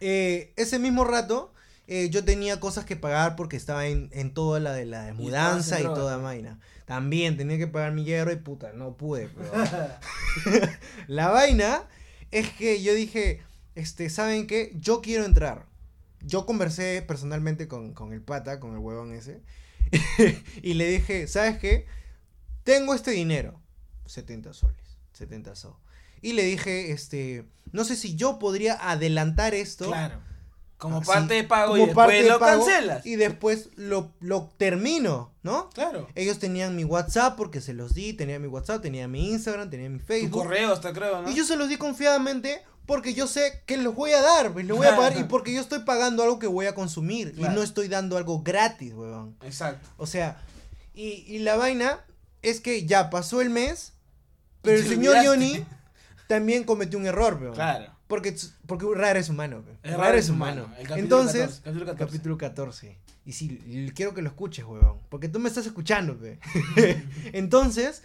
Speaker 3: Eh, ese mismo rato eh, yo tenía cosas que pagar porque estaba en, en toda la de la de mudanza y
Speaker 1: droga.
Speaker 3: toda vaina. También tenía que pagar mi hierro y puta, no pude. pero- la vaina es que yo dije, este, ¿saben qué? Yo quiero entrar. Yo conversé personalmente con, con el pata, con el huevón ese. y le dije, ¿sabes qué? Tengo este dinero. 70 soles. 70 so. Y le dije, este, no sé si yo podría adelantar esto.
Speaker 1: Claro. Como
Speaker 3: Así,
Speaker 1: parte de pago y
Speaker 3: como
Speaker 1: después
Speaker 3: parte de
Speaker 1: lo
Speaker 3: pago,
Speaker 1: cancelas.
Speaker 3: Y después lo, lo termino, ¿no?
Speaker 1: Claro.
Speaker 3: Ellos tenían mi WhatsApp porque se los di, tenía mi WhatsApp, tenía mi Instagram, tenía mi
Speaker 1: Tu
Speaker 3: Facebook.
Speaker 1: correo hasta creo, ¿no?
Speaker 3: Y yo se los di confiadamente porque yo sé que los voy a dar, pues, los voy a pagar y porque yo estoy pagando algo que voy a consumir
Speaker 1: Claro.
Speaker 3: y no estoy dando algo gratis, weón.
Speaker 1: Exacto.
Speaker 3: O sea, y, y la vaina es que ya pasó el mes, pero
Speaker 1: Y
Speaker 3: el
Speaker 1: te
Speaker 3: señor
Speaker 1: olvidaste.
Speaker 3: Johnny también cometió un error, weón.
Speaker 1: Claro.
Speaker 3: Porque, t- porque Rara es humano, weón.
Speaker 1: El
Speaker 3: Rara es humano.
Speaker 1: El capítulo
Speaker 3: Entonces,
Speaker 1: 14, capítulo 14.
Speaker 3: capítulo 14. Y sí, l- quiero que lo escuches, huevón. Porque tú me estás escuchando, pe. Entonces,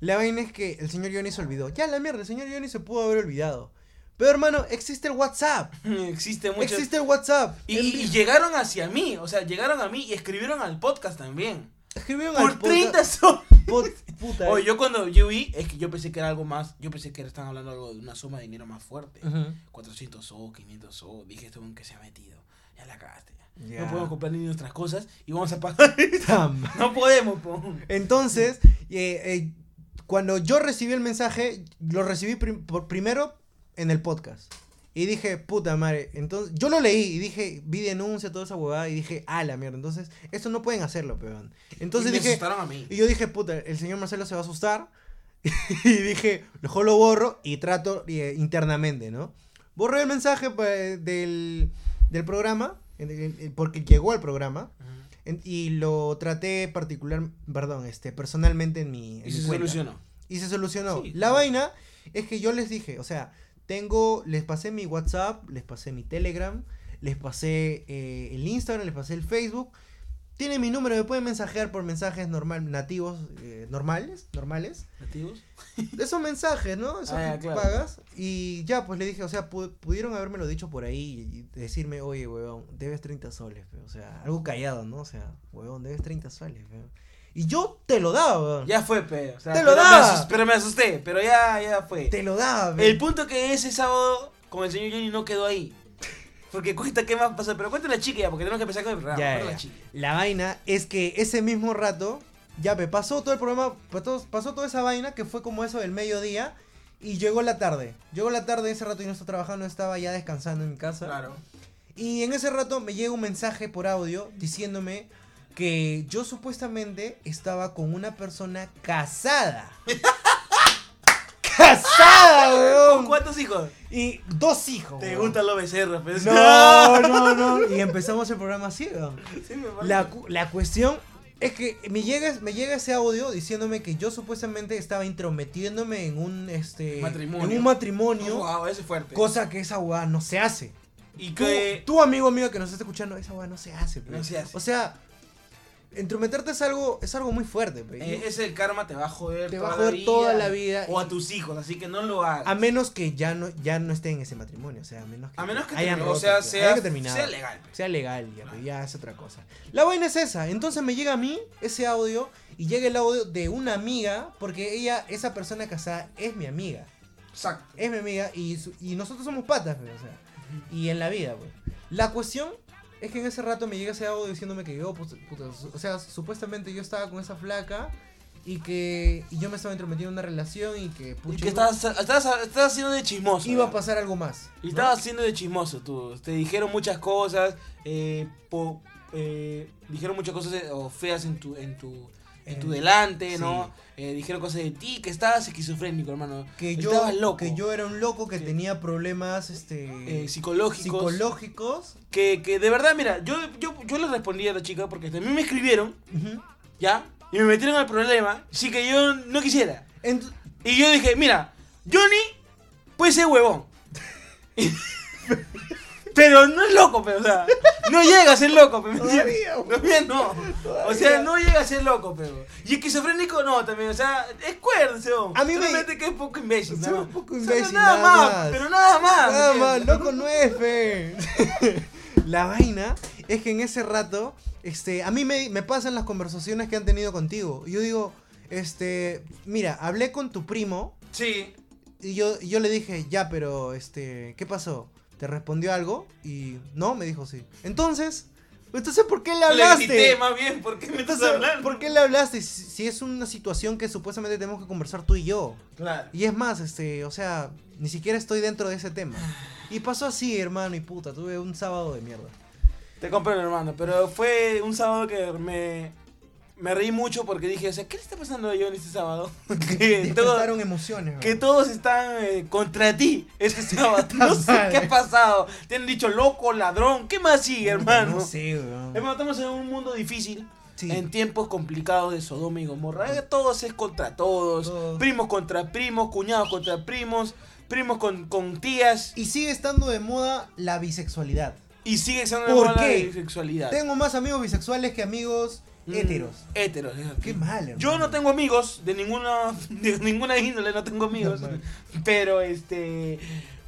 Speaker 3: la vaina es que el señor Johnny se olvidó. Ya, la mierda, el señor Johnny se pudo haber olvidado. Pero, hermano, existe el WhatsApp.
Speaker 1: Existe mucho.
Speaker 3: Existe el WhatsApp. Em,
Speaker 1: Y,
Speaker 3: Envi-
Speaker 1: y llegaron hacia mí, o sea, llegaron a mí y escribieron al podcast también.
Speaker 3: escribieron al
Speaker 1: Por
Speaker 3: podcast-
Speaker 1: 30 soles.
Speaker 3: pod- puta.
Speaker 1: Oye, yo cuando yo vi, es que yo pensé que era algo más, yo pensé que estaban hablando algo de una suma de dinero más fuerte.
Speaker 3: Ujú.
Speaker 1: 400 o 500 o, dije esto en que se ha metido. Ya la cagaste. ya.
Speaker 3: Ya.
Speaker 1: No podemos comprar ni nuestras cosas y vamos a pagar.
Speaker 3: Tam.
Speaker 1: no podemos, po.
Speaker 3: Entonces, eh, eh, cuando yo recibí el mensaje, lo recibí prim- por- primero en el podcast. Y dije, puta madre. Entonces, yo lo leí y dije, vi denuncia, toda esa huevada. Y dije, a la mierda. Entonces, esto no pueden hacerlo, peón. Entonces
Speaker 1: Y me
Speaker 3: dije,
Speaker 1: asustaron a mí.
Speaker 3: y yo dije, puta, el señor Marcelo se va a asustar. y dije, mejor lo borro y trato eh, internamente, ¿no? Borré el mensaje pues, del, del programa, en- en- en- porque llegó al programa.
Speaker 1: Ujú.
Speaker 3: En- y lo traté particular, perdón, este, personalmente en mi, en
Speaker 1: Y
Speaker 3: mi
Speaker 1: se
Speaker 3: cuenta.
Speaker 1: solucionó.
Speaker 3: Y se solucionó.
Speaker 1: Sí.
Speaker 3: La vaina es que yo les dije, o sea, tengo, les pasé mi WhatsApp, les pasé mi Telegram, les pasé eh, el Instagram, les pasé el Facebook. Tienen mi número, me pueden mensajear por mensajes normal, nativos, eh, normales, normales.
Speaker 1: ¿Nativos?
Speaker 3: De esos mensajes, ¿no? Esos
Speaker 1: Ah,
Speaker 3: que
Speaker 1: claro.
Speaker 3: pagas. Y ya, pues le dije, o sea, pu- pudieron habérmelo dicho por ahí y- y decirme, oye, huevón, debes 30 soles, pe". o sea, algo callado, ¿no? O sea, huevón, debes 30 soles, pe". Y yo te lo daba, huevón.
Speaker 1: Ya fue, pero. o sea,
Speaker 3: Te lo
Speaker 1: pero me
Speaker 3: daba.
Speaker 1: asus- Pero me asusté, pero ya, ya fue.
Speaker 3: Te lo daba, pe.
Speaker 1: El punto que ese sábado con el señor Johnny no quedó ahí. Porque cuenta qué más pasó. Pero cuéntale a la chica ya, porque tenemos que empezar con el programa.
Speaker 3: Ya,
Speaker 1: Cuéntale a
Speaker 3: ya.
Speaker 1: la chica.
Speaker 3: La vaina es que ese mismo rato, ya, me pasó todo el programa, pasó, pasó toda esa vaina que fue como eso del mediodía y llegó la tarde. Llegó la tarde, ese rato yo no estaba trabajando, estaba ya descansando en mi casa.
Speaker 1: Claro.
Speaker 3: Y en ese rato me llega un mensaje por audio diciéndome que yo supuestamente estaba con una persona casada. ¡Casada! nada,
Speaker 1: ¿Con
Speaker 3: weón.
Speaker 1: cuántos hijos?
Speaker 3: Y dos hijos.
Speaker 1: Te
Speaker 3: weón.
Speaker 1: gustan los becerros, pero es-
Speaker 3: No, no, no. Y empezamos el programa así, weón.
Speaker 1: Sí, me parece.
Speaker 3: La, cu- la cuestión es que me llega, me llega ese audio diciéndome que yo supuestamente estaba intrometiéndome en un este
Speaker 1: Matrimonio.
Speaker 3: en un matrimonio,
Speaker 1: Wow, ese es fuerte.
Speaker 3: cosa que esa hueá no se hace.
Speaker 1: y
Speaker 3: Tú,
Speaker 1: que.
Speaker 3: tú, amigo mío que nos está escuchando, esa hueá no se hace, pe.
Speaker 1: No se hace.
Speaker 3: O sea, intrometerte es algo es algo muy fuerte, pe.
Speaker 1: eh, ese karma te va a joder
Speaker 3: Te va a joder toda la vida.
Speaker 1: O a tus hijos, así que no lo hagas.
Speaker 3: a menos que ya no ya no esté en ese matrimonio, o sea, a menos que
Speaker 1: A menos que
Speaker 3: hayan
Speaker 1: termine-
Speaker 3: roto,
Speaker 1: o sea,
Speaker 3: pe.
Speaker 1: sea,
Speaker 3: Hayan terminado.
Speaker 1: sea legal.
Speaker 3: sea legal, ya, pues, ya es otra cosa. La vaina es esa, entonces me llega a mí ese audio y llega el audio de una amiga, porque ella, esa persona casada, es mi amiga,
Speaker 1: Exacto.
Speaker 3: es mi amiga y, su- y nosotros somos patas, pues, o sea, y en la vida, pues. La cuestión es que en ese rato me llega ese audio diciéndome que yo, pues, puta, su- o sea, supuestamente yo estaba con esa flaca y que y yo me estaba entrometiendo en una relación y que,
Speaker 1: Y
Speaker 3: pucha,
Speaker 1: que
Speaker 3: iba,
Speaker 1: estás, estás, estás haciendo de chismoso.
Speaker 3: iba a
Speaker 1: ¿verdad?
Speaker 3: pasar algo más.
Speaker 1: Y
Speaker 3: ¿no?
Speaker 1: estabas haciendo de chismoso tú. Te dijeron muchas cosas. Eh, po- eh, dijeron muchas cosas eh, o feas en tu, en tu, en tu
Speaker 3: Eh,
Speaker 1: delante,
Speaker 3: sí.
Speaker 1: ¿no? Eh, dijeron cosas de ti, que estabas esquizofrénico, hermano.
Speaker 3: Que yo,
Speaker 1: estabas loco.
Speaker 3: que yo era un loco que
Speaker 1: Sí.
Speaker 3: tenía problemas, este...
Speaker 1: Eh, psicológicos.
Speaker 3: psicológicos.
Speaker 1: que, que de verdad, mira, yo, yo, yo le respondí a la chica porque también me escribieron, ¿ya? Y me metieron al problema, sí que yo no quisiera.
Speaker 3: Ent-
Speaker 1: Y yo dije, mira, Johnny puede ser huevón. pero no es loco, pero, o sea, no llega a ser loco, pero.
Speaker 3: Todavía,
Speaker 1: Todavía no. O sea, no llega a ser loco, pero. Y esquizofrénico no, también, o sea, es cuerdo, ese hombre.
Speaker 3: A mí me-
Speaker 1: Solamente que es poco imbécil,
Speaker 3: Sí,
Speaker 1: nada
Speaker 3: un
Speaker 1: más.
Speaker 3: poco
Speaker 1: O sea,
Speaker 3: imbécil,
Speaker 1: nada,
Speaker 3: nada
Speaker 1: más,
Speaker 3: más.
Speaker 1: pero nada más.
Speaker 3: Nada más,
Speaker 1: ¿entiendes?
Speaker 3: loco no es, fe. La vaina es que en ese rato, este, a mí me, me pasan las conversaciones que han tenido contigo. Y Yo digo, este, mira, hablé con tu primo
Speaker 1: Sí.
Speaker 3: y yo, y yo le dije, ya, pero, este, ¿qué pasó? ¿Te respondió algo? Y no, me dijo sí. Entonces, entonces, ¿por qué le hablaste?
Speaker 1: Le grité más bien, ¿por qué me estás
Speaker 3: Entonces,
Speaker 1: hablando?
Speaker 3: ¿por qué le hablaste? Si, si es una situación que supuestamente tenemos que conversar tú y yo.
Speaker 1: Claro.
Speaker 3: Y es más, este, o sea, ni siquiera estoy dentro de ese tema. Y pasó así, hermano, y puta, tuve un sábado de mierda.
Speaker 1: Te compré, hermano, pero fue un sábado que me, me reí mucho porque dije, o sea, ¿qué le está pasando a Johnny este sábado? que, todo-
Speaker 3: Despertaron emociones,
Speaker 1: que
Speaker 3: hermano.
Speaker 1: todos están eh, contra ti este sábado. no sé qué ha pasado. Te han dicho loco, ladrón, ¿qué más sigue, hermano?
Speaker 3: No sé, weón.
Speaker 1: Hermano, estamos en un mundo difícil.
Speaker 3: Sí.
Speaker 1: En tiempos complicados de Sodoma y Gomorra, eh, todos es contra todos,
Speaker 3: Todos.
Speaker 1: primos contra primos, cuñados contra primos, primos con, con tías,
Speaker 3: Y sigue estando de moda la bisexualidad.
Speaker 1: y sigue siendo
Speaker 3: ¿Por
Speaker 1: la
Speaker 3: qué?
Speaker 1: sexualidad.
Speaker 3: Tengo más amigos bisexuales que amigos héteros.
Speaker 1: Mm. Héteros. exacto.
Speaker 3: Qué mal, hermano.
Speaker 1: Yo no tengo amigos de ninguna de ninguna índole, no tengo amigos.
Speaker 3: No, no.
Speaker 1: pero este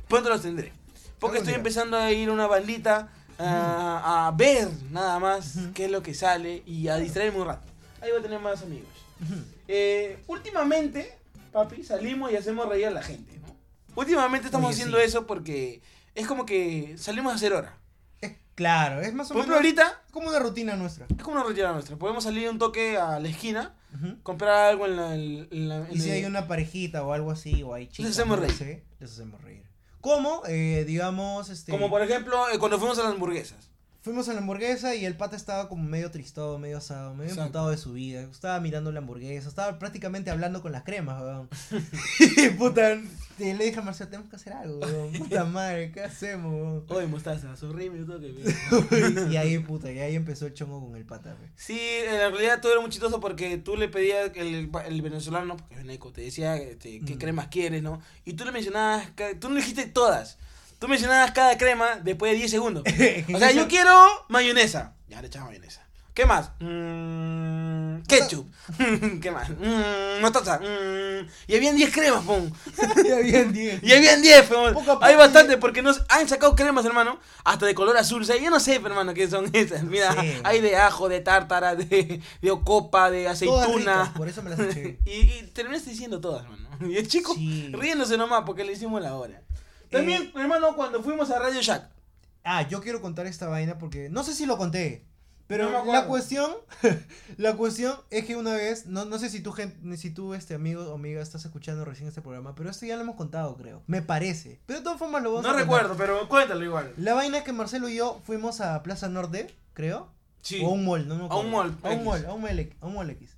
Speaker 1: pronto los tendré. Porque
Speaker 3: Algún
Speaker 1: estoy
Speaker 3: día.
Speaker 1: empezando a ir a una bandita a, a ver nada más
Speaker 3: Ujú.
Speaker 1: qué es lo que sale y a distraerme un rato. Ahí voy a tener más amigos.
Speaker 3: Ujú.
Speaker 1: Eh, últimamente, papi, salimos y hacemos reír a la gente, ¿no? Últimamente estamos
Speaker 3: Oye,
Speaker 1: haciendo
Speaker 3: sí.
Speaker 1: eso porque es como que salimos a hacer hora.
Speaker 3: Es- claro, es más o
Speaker 1: Por
Speaker 3: menos
Speaker 1: ejemplo, ahorita
Speaker 3: como una rutina nuestra.
Speaker 1: es como una retirada nuestra. Podemos salir un toque a la esquina
Speaker 3: Ujú.
Speaker 1: comprar algo en la. en la- en
Speaker 3: Y si
Speaker 1: el-
Speaker 3: hay una parejita o algo así, o hay chicas.
Speaker 1: hacemos
Speaker 3: no
Speaker 1: reír.
Speaker 3: sé, les hacemos reír. ¿Cómo? Eh, digamos, este...
Speaker 1: Como por ejemplo, eh, cuando fuimos a las hamburguesas.
Speaker 3: Fuimos a la hamburguesa y el pata estaba como medio tristado, medio asado, medio
Speaker 1: Exacto.
Speaker 3: emputado de su vida. Estaba mirando la hamburguesa, estaba prácticamente hablando con las cremas, weón. y puta, te- le dije a Marcelo, tenemos que hacer algo, weón. Puta madre, ¿qué hacemos,
Speaker 1: Oye, mostaza, sonríeme un toque.
Speaker 3: weón? y ahí, puta, y ahí empezó el chongo con el pata, weón.
Speaker 1: Sí, en la realidad todo era muy chistoso porque tú le pedías el, el venezolano, porque es veneco, te decía este, qué
Speaker 3: Mm.
Speaker 1: cremas quieres, ¿no? Y tú le mencionabas, ca- tú no dijiste todas. Tú mencionabas cada crema después de 10 segundos. O sea, yo quiero mayonesa. Ya le echaba mayonesa. ¿Qué más? Mm, ketchup. ¿Qué más? Mm, mostaza. Mm, y habían 10 cremas, pum.
Speaker 3: Ya habían 10.
Speaker 1: Y ahí bien 10, pero
Speaker 3: Poco a poco
Speaker 1: Hay bastante porque nos han sacado cremas, hermano. Hasta de color azul. O sea, yo no sé, hermano, qué son esas. Mira,
Speaker 3: Sí.
Speaker 1: hay de ajo, de tártara, de, de ocopa, de
Speaker 3: Todas ricas,
Speaker 1: aceituna.
Speaker 3: por eso me las eché.
Speaker 1: Y, y terminaste diciendo todas, hermano. Y el chico
Speaker 3: Sí.
Speaker 1: riéndose nomás porque le hicimos la hora. También,
Speaker 3: Eh.
Speaker 1: hermano, cuando fuimos a Radio Shack.
Speaker 3: Ah, yo quiero contar esta vaina porque no sé si lo conté. Pero
Speaker 1: No me acuerdo.
Speaker 3: la cuestión, la cuestión es que una vez, no, no sé si tú, gen- si tú, este amigo o amiga, estás escuchando recién este programa, pero esto ya lo hemos contado, creo. Me parece. Pero de todas formas lo
Speaker 1: No
Speaker 3: vamos a contar.
Speaker 1: recuerdo, pero cuéntalo igual.
Speaker 3: La vaina es que Marcelo y yo fuimos a Plaza Norte, creo.
Speaker 1: Sí.
Speaker 3: O a un mall, no me
Speaker 1: A un
Speaker 3: acuerdo.
Speaker 1: mall,
Speaker 3: A un
Speaker 1: X.
Speaker 3: mall, a un mall, X- a un mall X.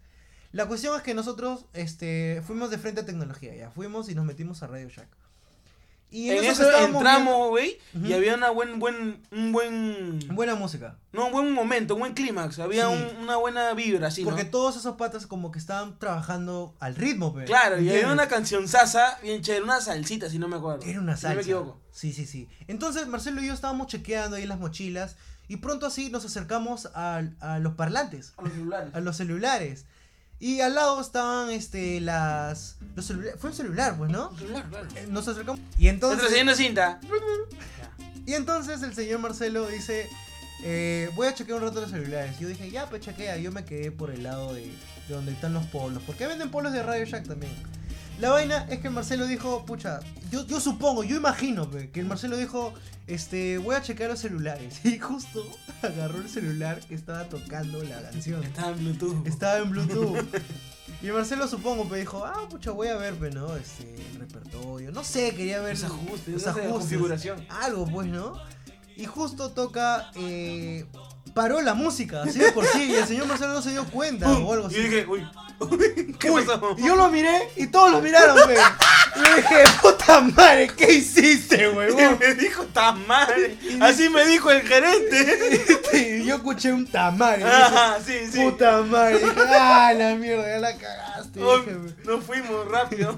Speaker 3: La cuestión es que nosotros este, fuimos de frente a tecnología, ya. Fuimos y nos metimos a Radio Shack. Y
Speaker 1: en
Speaker 3: eso
Speaker 1: eso
Speaker 3: estábamos
Speaker 1: entramos, güey,
Speaker 3: Ujú.
Speaker 1: y había una buen, buen, un
Speaker 3: viendo
Speaker 1: buen,
Speaker 3: Buena música.
Speaker 1: no, un buen momento, un buen clímax, había
Speaker 3: Sí.
Speaker 1: un- una buena vibra, así, ¿no?
Speaker 3: porque todos esos patas como que estaban trabajando al ritmo, pe,
Speaker 1: Claro, y había
Speaker 3: ¿entiendes?
Speaker 1: una canción sasa, bien chévere, una salsita, si no me acuerdo.
Speaker 3: Era una
Speaker 1: si no
Speaker 3: salsa.
Speaker 1: me equivoco.
Speaker 3: Sí, sí, sí. Entonces Marcelo y yo estábamos chequeando ahí las mochilas y pronto así nos acercamos al- a, los parlantes,
Speaker 1: A los celulares.
Speaker 3: a los celulares. Y al lado estaban este las los celula- fue un celular, pues, ¿no?
Speaker 1: Celular, claro.
Speaker 3: Eh, Nos acercamos y entonces
Speaker 1: Retrocediendo cinta.
Speaker 3: y entonces el señor Marcelo dice, eh, voy a chequear un rato los celulares. Yo dije, ya, pues chequea. Yo me quedé por el lado de, de donde están los polos. Porque venden polos de Radio Shack también. La vaina es que Marcelo dijo, pucha, yo, yo supongo, yo imagino pe, que el Marcelo dijo, este, voy a chequear los celulares. Y justo agarró el celular que estaba tocando la canción.
Speaker 1: Estaba en Bluetooth.
Speaker 3: Estaba en Bluetooth. Y Marcelo supongo, pero dijo, ah, pucha, voy a ver, pero no, este, el repertorio. No sé, quería ver
Speaker 1: Los ajustes,
Speaker 3: los
Speaker 1: no sé, la
Speaker 3: ajustes.
Speaker 1: configuración.
Speaker 3: Algo, pues, ¿no? Y justo toca, eh, paró la música, así de por sí, y el señor Marcelo no se dio cuenta o algo
Speaker 1: Y
Speaker 3: así.
Speaker 1: yo dije, uy, ¿qué pasó?
Speaker 3: Y yo lo miré y todos lo miraron, güey. Y yo dije, puta madre, ¿qué hiciste,
Speaker 1: Y
Speaker 3: huevón?
Speaker 1: me dijo, tan mal. Así me dijo el gerente.
Speaker 3: Y yo escuché un tamal. y dije,
Speaker 1: Ajá, sí, sí.
Speaker 3: Puta madre, dije, ah, la mierda, ya la cagaste.
Speaker 1: Oh,
Speaker 3: dije, pues. güey.
Speaker 1: nos fuimos rápido.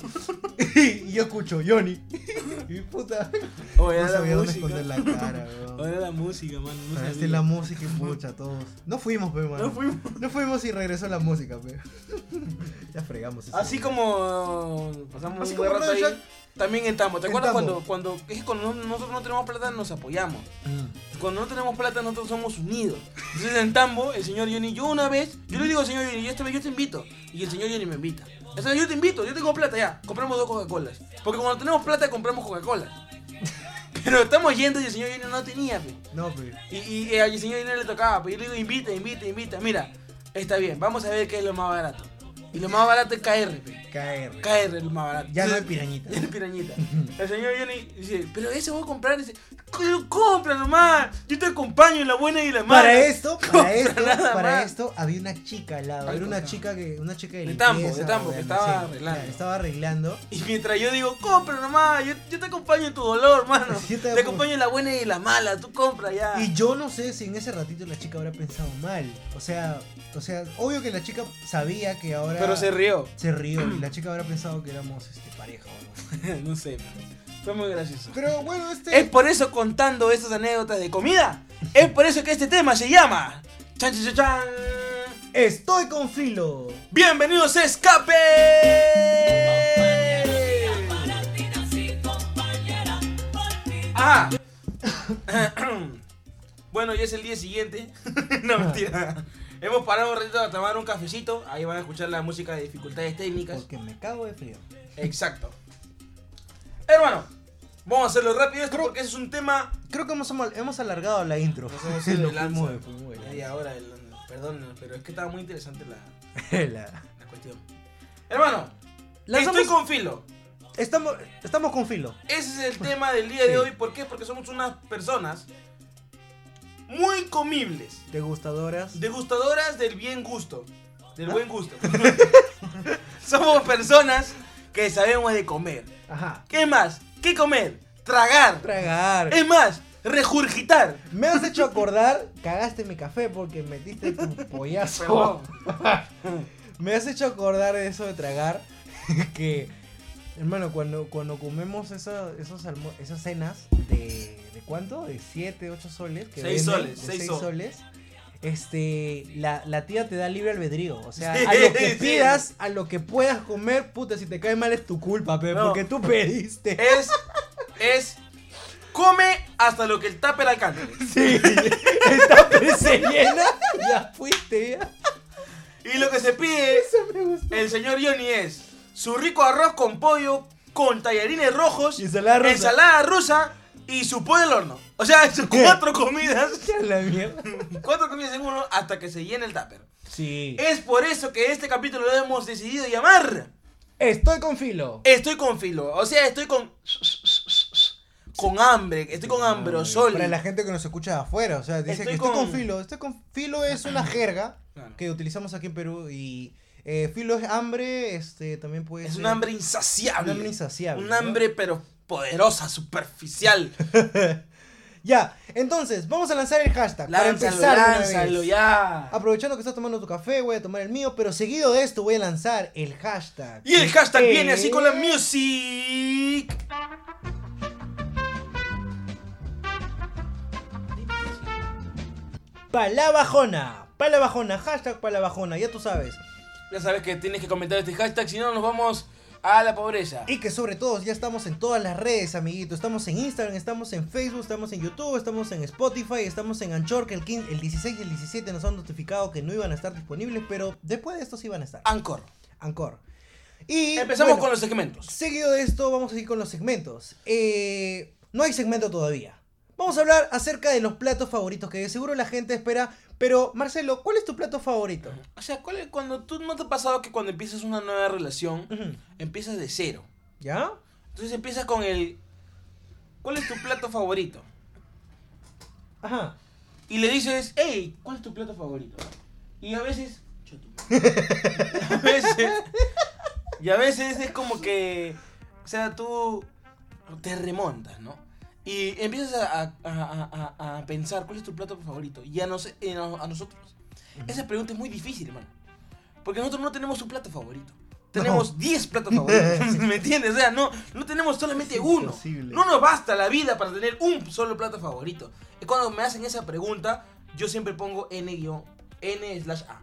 Speaker 3: Y yo escucho Johnny. Y puta.
Speaker 1: Oye,
Speaker 3: No
Speaker 1: era
Speaker 3: sabía
Speaker 1: la
Speaker 3: dónde
Speaker 1: música.
Speaker 3: esconder la cara, weón.
Speaker 1: Era la música, mano. no
Speaker 3: Paraste
Speaker 1: sabía.
Speaker 3: la música y pucha, todos. No fuimos, pe, mano.
Speaker 1: No fuimos.
Speaker 3: No fuimos y regresó la música, pe. ya fregamos. esa
Speaker 1: Así
Speaker 3: mierda.
Speaker 1: como pasamos
Speaker 3: Así
Speaker 1: un buen
Speaker 3: como
Speaker 1: rato
Speaker 3: Radio
Speaker 1: ahí,
Speaker 3: Shack.
Speaker 1: también en Tambo. ¿Te
Speaker 3: En
Speaker 1: acuerdas
Speaker 3: Tambo.
Speaker 1: cuando, cuando, es que cuando no- nosotros no tenemos plata nos apoyamos? Cuando no tenemos plata nosotros somos unidos. Entonces en Tambo, el señor Johnny, yo una vez, yo le digo al señor Johnny, yo esta vez yo te invito. Y el señor Johnny me invita. O sea, yo te invito, yo tengo plata ya, compramos dos Coca-Colas. Porque cuando tenemos plata compramos Coca-Cola. Pero estamos yendo y el señor Johnny no tenía, pe.
Speaker 3: No, pe.
Speaker 1: Y, y, eh, al señor dinero le tocaba, pero yo le digo, invita, invita, invita. Mira, está bien, vamos a ver qué es lo más barato. Y lo más barato es KR, pe.
Speaker 3: Caer.
Speaker 1: KR es lo más barato.
Speaker 3: Ya no hay
Speaker 1: Entonces,
Speaker 3: pirañita.
Speaker 1: ya no hay pirañita. El señor Johnny dice, pero ese voy a comprar. Dice, "Cu- compra nomás. Yo te acompaño en la buena y en la mala.
Speaker 3: Para esto, para esto,
Speaker 1: nada
Speaker 3: para
Speaker 1: más.
Speaker 3: esto había una chica al lado.
Speaker 1: Ay,
Speaker 3: Era una
Speaker 1: contame.
Speaker 3: chica que, una chica de,
Speaker 1: De Tambo, de
Speaker 3: limpieza,
Speaker 1: Tambo, que
Speaker 3: de
Speaker 1: estaba
Speaker 3: almacén.
Speaker 1: arreglando.
Speaker 3: Claro, estaba arreglando.
Speaker 1: Y mientras yo digo, compra nomás, yo, yo te acompaño en tu dolor, mano.
Speaker 3: Yo te-
Speaker 1: te acompaño en la buena y en la mala, tú compra ya.
Speaker 3: Y yo no sé si en ese ratito la chica habrá pensado mal. O sea, o sea, obvio que la chica sabía que ahora.
Speaker 1: Pero se rió.
Speaker 3: Se rió y la chica habrá pensado que éramos este, pareja o algo.
Speaker 1: no sé, fue muy gracioso.
Speaker 3: Pero bueno, este.
Speaker 1: Es por eso contando esas anécdotas de comida. Es por eso que este tema se llama. Chan, chan, chan, chan.
Speaker 3: Estoy con Filo.
Speaker 1: Bienvenidos a Escape. Ah. bueno, ya es el día siguiente. no, mentira. Hemos parado un ratito a tomar un cafecito. Ahí van a escuchar la música de dificultades técnicas.
Speaker 3: Porque me cago de frío.
Speaker 1: Exacto. Hermano, vamos a hacerlo rápido esto porque ese es un tema
Speaker 3: Creo que hemos, hemos alargado la intro.
Speaker 1: Nos hemos ido de
Speaker 3: Lo
Speaker 1: lanza.
Speaker 3: fuimos de- fuimos de
Speaker 1: Media hora, el- perdón, pero es que estaba muy interesante la,
Speaker 3: La-
Speaker 1: la cuestión. Hermano,
Speaker 3: Lanzamos-
Speaker 1: estoy con filo.
Speaker 3: Estamos, estamos con Filo.
Speaker 1: Ese es el tema del día de
Speaker 3: Sí.
Speaker 1: hoy. ¿Por qué? Porque somos unas personas muy comibles,
Speaker 3: Degustadoras.
Speaker 1: degustadoras del bien gusto, del buen gusto. somos personas que sabemos de comer.
Speaker 3: Ajá.
Speaker 1: ¿Qué más? ¿Qué comer? Tragar.
Speaker 3: Tragar.
Speaker 1: Es más, regurgitar.
Speaker 3: Me has hecho acordar. Cagaste mi café porque metiste tu pollazo.
Speaker 1: Perdón.
Speaker 3: Me has hecho acordar de eso de tragar. que, hermano, cuando, cuando comemos esa- esos almu- esas cenas de, de cuánto? De 7, 8 soles. Que
Speaker 1: Seis
Speaker 3: venden,
Speaker 1: soles,
Speaker 3: de
Speaker 1: seis
Speaker 3: seis
Speaker 1: soles.
Speaker 3: soles. Este, la, la tía te da libre albedrío. O sea,
Speaker 1: Sí,
Speaker 3: a lo que
Speaker 1: sí.
Speaker 3: pidas, a lo que puedas comer, puta, si te cae mal es tu culpa, pe,
Speaker 1: No.
Speaker 3: porque tú pediste.
Speaker 1: es, es, come hasta lo que el tupper alcance.
Speaker 3: Sí, esta pre- se llena, ya fuiste, ya.
Speaker 1: Y lo que se pide
Speaker 3: Eso me gustó.
Speaker 1: el señor Johnny es su rico arroz con pollo, con tallarines rojos,
Speaker 3: Y ensalada rusa.
Speaker 1: ensalada rusa y su pollo al horno. O sea, es cuatro comidas,
Speaker 3: Ya la mierda.
Speaker 1: cuatro comidas en uno hasta que se llene el tupper.
Speaker 3: Sí.
Speaker 1: Es por eso que este capítulo lo hemos decidido llamar
Speaker 3: Estoy con filo.
Speaker 1: Estoy con filo, o sea, estoy con... Con hambre, estoy con hambre, o sol.
Speaker 3: Para la gente que nos escucha de afuera, o sea, dice
Speaker 1: Estoy
Speaker 3: que estoy con
Speaker 1: con-
Speaker 3: filo. Estoy con filo es una jerga
Speaker 1: Claro.
Speaker 3: que utilizamos aquí en Perú y Eh, filo es hambre, este, también puede
Speaker 1: Es
Speaker 3: ser.
Speaker 1: un hambre insaciable.
Speaker 3: Un hambre insaciable.
Speaker 1: Un
Speaker 3: ¿no?
Speaker 1: hambre, pero poderosa, superficial.
Speaker 3: Ya, entonces, vamos a lanzar el hashtag. para
Speaker 1: Lánzalo,
Speaker 3: empezar de una
Speaker 1: lánzalo
Speaker 3: vez. Ah,
Speaker 1: ya.
Speaker 3: Aprovechando que estás tomando tu café, voy a tomar el mío, pero seguido de esto voy a lanzar el hashtag.
Speaker 1: Y el hashtag
Speaker 3: Eh,
Speaker 1: viene así con la music.
Speaker 3: Palabajona. Palabajona, hashtag palabajona, ya tú sabes.
Speaker 1: Ya sabes que tienes que comentar este hashtag, si no nos vamos a la pobreza.
Speaker 3: Y que sobre todo ya estamos en todas las redes, amiguito. Estamos en Instagram, estamos en Facebook, estamos en YouTube, estamos en Spotify, estamos en Anchor, que el, 15 el 16 y el 17 nos han notificado que no iban a estar disponibles, pero después de esto sí van a estar.
Speaker 1: Anchor.
Speaker 3: Anchor. Y
Speaker 1: Empezamos
Speaker 3: bueno,
Speaker 1: con los segmentos.
Speaker 3: Seguido de esto, vamos a ir con los segmentos. Eh, no hay segmento todavía. Vamos a hablar acerca de los platos favoritos que de seguro la gente espera. Pero, Marcelo, ¿cuál es tu plato favorito?
Speaker 1: O sea, ¿cuál es- cuando tú no te ha pasado que cuando empiezas una nueva relación,
Speaker 3: Ujú.
Speaker 1: empiezas de cero.
Speaker 3: ¿Ya?
Speaker 1: Entonces empiezas con el ¿Cuál es tu plato favorito?
Speaker 3: Ajá.
Speaker 1: Y le dices, hey, ¿cuál es tu plato favorito? Y a veces. "Cho tu madre". y a veces. Y a veces es como que. O sea, tú te remontas, ¿no? Y empiezas a, a- a- a- a pensar cuál es tu plato favorito. Y a, nos- y a- a nosotros. Esa pregunta es muy difícil, hermano. Porque nosotros no tenemos un plato favorito. Tenemos 10 platos favoritos. ¿Me entiendes? O sea, no, no tenemos solamente
Speaker 3: Es
Speaker 1: uno.
Speaker 3: imposible.
Speaker 1: No nos basta la vida para tener un solo plato favorito. Y cuando me hacen esa pregunta, yo siempre pongo N guión, N slash A.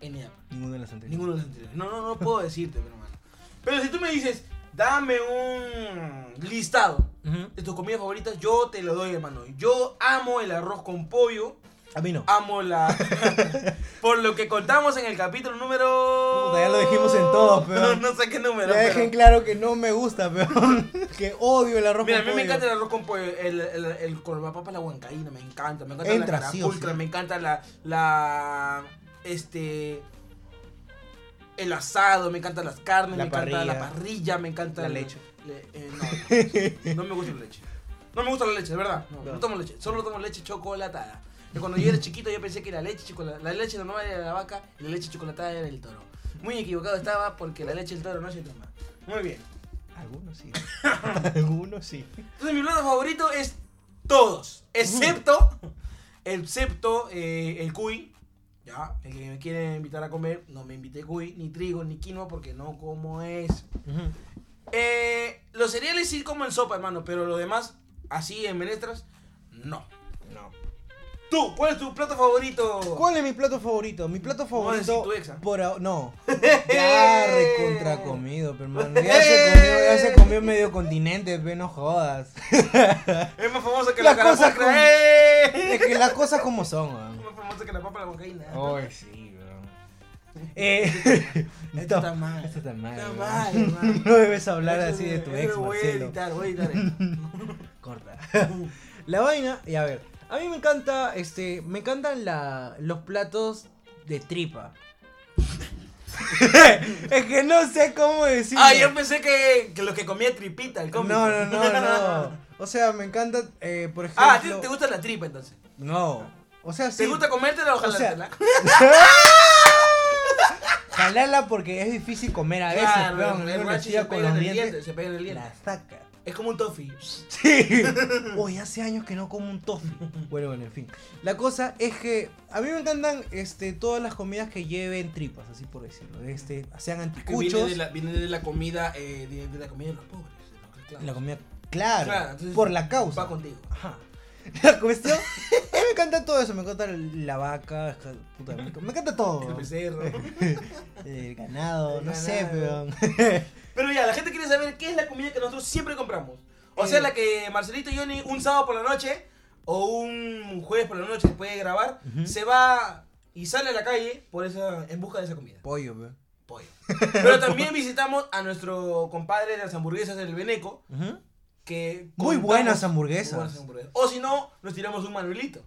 Speaker 1: N A.
Speaker 3: Ninguno de las anteriores.
Speaker 1: Ninguno de los anteriores. No, no, no puedo decirte, pero, hermano. Pero si tú me dices, dame un listado
Speaker 3: Ujú.
Speaker 1: de tus comidas favoritas, yo te lo doy, hermano. Yo amo el arroz con pollo.
Speaker 3: A mí no.
Speaker 1: Amo la. Por lo que contamos en el capítulo número.
Speaker 3: Puta, ya lo dijimos en todos,
Speaker 1: No,
Speaker 3: peón.
Speaker 1: no sé qué número.
Speaker 3: Ya
Speaker 1: pero-
Speaker 3: dejen claro que no me gusta, peón. que odio el arroz
Speaker 1: Mira, a
Speaker 3: con
Speaker 1: mí me
Speaker 3: pollo.
Speaker 1: encanta el arroz con pollo, el, el, el con la papa la huancaína, me encanta, me encanta
Speaker 3: Entra,
Speaker 1: la
Speaker 3: sí o
Speaker 1: carapulcra,
Speaker 3: sí.
Speaker 1: me encanta la, la, este, el asado, me encantan las carnes,
Speaker 3: La
Speaker 1: me encanta la
Speaker 3: parrilla.
Speaker 1: parrilla, me encanta
Speaker 3: La
Speaker 1: el-
Speaker 3: leche.
Speaker 1: le- eh, no, no, no me gusta la leche, no me gusta la leche, de verdad, no,
Speaker 3: No.
Speaker 1: no tomo leche, solo tomo leche chocolatada. Que cuando yo era chiquito yo pensé que la leche, chocola- la leche normal era de la vaca y la leche chocolatada era del toro. Muy equivocado estaba porque la leche del toro no se toma. Muy bien.
Speaker 3: Algunos sí. Algunos sí.
Speaker 1: Entonces mi plato favorito es todos, excepto, excepto eh, el cuy, ya, el que me quiere invitar a comer, no me invité cuy, ni trigo, ni quinoa, porque no como es.
Speaker 3: Ujú.
Speaker 1: Eh, los cereales sí como en sopa, hermano, pero lo demás, así en menestras, no.
Speaker 3: No.
Speaker 1: Tú, ¿cuál es tu plato favorito?
Speaker 3: ¿Cuál es mi plato favorito? Mi plato
Speaker 1: vas a decir
Speaker 3: favorito.
Speaker 1: tu ex, ah?
Speaker 3: por ahora- No. Ya recontra comido, hermano. Ya se comió, ya se comió medio continente, pero no jodas.
Speaker 1: Es más famosa que
Speaker 3: Las
Speaker 1: la,
Speaker 3: cosas
Speaker 1: carapuca.
Speaker 3: con-
Speaker 1: ¡Eh!
Speaker 3: Es que las cosas como son,
Speaker 1: Es
Speaker 3: weón.
Speaker 1: más famosa que la papa la bocaína.
Speaker 3: Ay, sí, weón. Eh,
Speaker 1: Esto está mal.
Speaker 3: Esto está mal.
Speaker 1: Está
Speaker 3: weón.
Speaker 1: mal, hermano.
Speaker 3: No debes hablar así de tu
Speaker 1: Eso
Speaker 3: ex,
Speaker 1: lo Voy a
Speaker 3: Marcelo.
Speaker 1: editar, voy a editar esto.
Speaker 3: Corta. La vaina, y a ver, a mí me encanta, este, me encantan la, los platos de tripa. es que no sé cómo decirlo.
Speaker 1: Ah, yo pensé que, que los que comía tripita, el
Speaker 3: no,
Speaker 1: cómico.
Speaker 3: no, no, no. O sea, me encanta, eh, por ejemplo.
Speaker 1: ah, ¿a ti te gusta la tripa entonces?
Speaker 3: No. O sea, sí.
Speaker 1: ¿Te gusta comértela o
Speaker 3: O sea,
Speaker 1: jalártela?
Speaker 3: Jalarla porque es difícil comer a veces.
Speaker 1: Claro,
Speaker 3: pero
Speaker 1: el
Speaker 3: uno le
Speaker 1: guachi
Speaker 3: tira
Speaker 1: se
Speaker 3: con
Speaker 1: pega en
Speaker 3: los
Speaker 1: el
Speaker 3: dientes.
Speaker 1: diente, se pega en el diente.
Speaker 3: La saca.
Speaker 1: Es como un toffee.
Speaker 3: Sí. Uy, hace años que no como un tofu. Bueno, bueno, en fin. La cosa es que a mí me encantan este, todas las comidas que lleven tripas, así por decirlo. Este, sean
Speaker 1: Ah, Viene de,
Speaker 3: anticuchos.
Speaker 1: la, viene de la comida, eh, de, de la comida de los pobres. de los esclavos.
Speaker 3: La comida, claro,
Speaker 1: Claro, entonces,
Speaker 3: por la causa.
Speaker 1: Va contigo.
Speaker 3: Ajá. La cuestión, a mí me encanta todo eso. Me encanta la vaca, puta, me me encanta
Speaker 1: El
Speaker 3: todo.
Speaker 1: becerro.
Speaker 3: El ganado,
Speaker 1: El
Speaker 3: no sé,
Speaker 1: ganado.
Speaker 3: peón.
Speaker 1: Pero ya, la gente quiere saber qué es la comida que nosotros siempre compramos. O sea,
Speaker 3: Eh.
Speaker 1: la que Marcelito y Johnny un sábado por la noche o un jueves por la noche puede grabar,
Speaker 3: Ujú.
Speaker 1: se va y sale a la calle por esa, en busca de esa comida.
Speaker 3: Pollo, peón.
Speaker 1: Pollo. Pero también visitamos a nuestro compadre de las hamburguesas del Beneco,
Speaker 3: Ujú.
Speaker 1: que...
Speaker 3: Muy
Speaker 1: contamos-
Speaker 3: buenas hamburguesas.
Speaker 1: Muy buenas hamburguesas. O si no, nos tiramos un manuelito.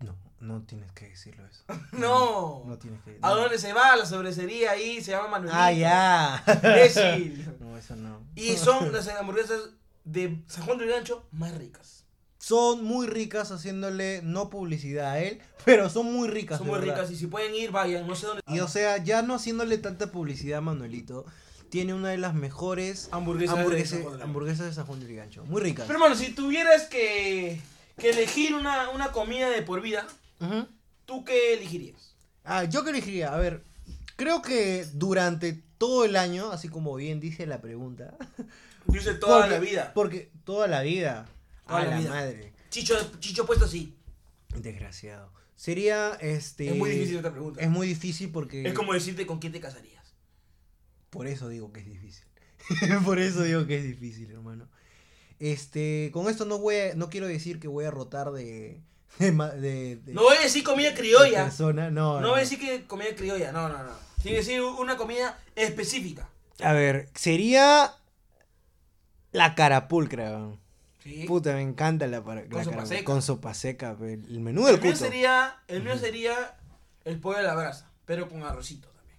Speaker 3: No, no tienes que decirlo eso.
Speaker 1: No.
Speaker 3: No tienes que.
Speaker 1: A donde se va, a la sobrecería ahí, se llama Manuelito.
Speaker 3: Ah, ya.
Speaker 1: Imbécil.
Speaker 3: No, eso no.
Speaker 1: Y son las hamburguesas de San Juan del Gancho más ricas.
Speaker 3: son muy ricas haciéndole no publicidad a él, pero son muy ricas.
Speaker 1: Son
Speaker 3: de
Speaker 1: muy
Speaker 3: verdad.
Speaker 1: ricas y si pueden ir, vayan, no sé dónde.
Speaker 3: Y o sea, ya no haciéndole tanta publicidad a Manuelito, tiene una de las mejores
Speaker 1: hamburguesas. de-
Speaker 3: hamburguesas,
Speaker 1: de- de-
Speaker 3: hamburguesas de San Juan del Gancho. Muy ricas.
Speaker 1: Pero hermano, si tuvieras que, que elegir una, una comida de por vida,
Speaker 3: Ujú.
Speaker 1: ¿tú qué elegirías?
Speaker 3: Ah, yo que elegiría, a ver, creo que durante todo el año, así como bien dice la pregunta.
Speaker 1: Dice toda
Speaker 3: porque-
Speaker 1: la vida.
Speaker 3: Porque toda la vida.
Speaker 1: Toda
Speaker 3: a
Speaker 1: la
Speaker 3: la,
Speaker 1: vida.
Speaker 3: madre.
Speaker 1: Chicho, Chicho puesto así.
Speaker 3: Desgraciado. Sería este.
Speaker 1: Es muy difícil esta pregunta.
Speaker 3: Es muy difícil porque.
Speaker 1: Es como decirte con quién te casarías.
Speaker 3: Por eso digo que es difícil. Por eso digo que es difícil, hermano. Este, con esto no voy a- no quiero decir que voy a rotar de de, ma- de- de-
Speaker 1: No voy a decir comida
Speaker 3: de
Speaker 1: criolla.
Speaker 3: persona, no.
Speaker 1: No voy a decir que comida criolla, no, no, no. Tiene que ser una comida específica.
Speaker 3: A ver, sería la carapulcra. weón.
Speaker 1: ¿sí?
Speaker 3: Puta, me encanta la, para- la
Speaker 1: Con sopa
Speaker 3: carapulcra.
Speaker 1: seca.
Speaker 3: Con sopa seca, pe- el menú del
Speaker 1: El mío
Speaker 3: cuto.
Speaker 1: sería, el mío sería el pollo a la brasa, pero con arrocito también.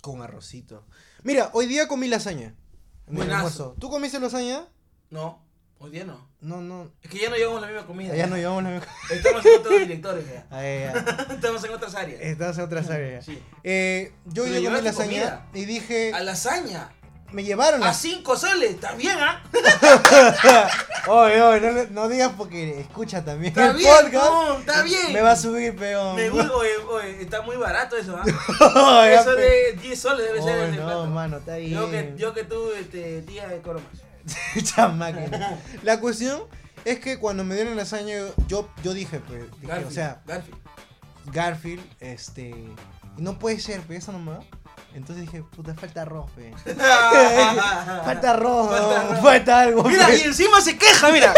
Speaker 3: Con arrocito. Mira, hoy día comí lasaña. en el
Speaker 1: Buenazo.
Speaker 3: almuerzo. ¿Tú comiste lasaña?
Speaker 1: No, hoy día no.
Speaker 3: No, no.
Speaker 1: Es que ya no llevamos la misma comida.
Speaker 3: Allá no llevamos la mejor.
Speaker 1: Estamos en otros directores, ya.
Speaker 3: Ahí, Ah, ya.
Speaker 1: Estamos en otras áreas.
Speaker 3: Estás en otras áreas.
Speaker 1: Sí.
Speaker 3: Eh, yo
Speaker 1: Pero
Speaker 3: llegué a mi
Speaker 1: llevaste
Speaker 3: lasaña
Speaker 1: comida.
Speaker 3: y dije,
Speaker 1: A lasaña.
Speaker 3: me llevaron
Speaker 1: A
Speaker 3: las...
Speaker 1: cinco soles. ¿Está bien, ah?
Speaker 3: Oye, oye, no, le- no digas porque escucha también
Speaker 1: Está
Speaker 3: el
Speaker 1: bien,
Speaker 3: podcast.
Speaker 1: no, está bien.
Speaker 3: Me va a subir, peón.
Speaker 1: Me gusta, oye, oye, está muy barato eso, ¿ah?
Speaker 3: Oye,
Speaker 1: Eso
Speaker 3: pe-
Speaker 1: de 10 soles debe ser el
Speaker 3: Oye, Oh, no,
Speaker 1: plato.
Speaker 3: mano, está bien.
Speaker 1: Yo que, yo que tú, este, tía de coro más.
Speaker 3: Chamáquina. La cuestión es que cuando me dieron lasaña, yo, yo dije, pues, dije,
Speaker 1: Garfield,
Speaker 3: o sea,
Speaker 1: Garfield.
Speaker 3: Garfield, este... y No puede ser, pues, eso nomás. Entonces dije, puta, falta arroz, pe. Falta arroz,
Speaker 1: Falta
Speaker 3: falta,
Speaker 1: arroz.
Speaker 3: falta algo. pues.
Speaker 1: Mira,
Speaker 3: pe.
Speaker 1: y encima se queja, mira.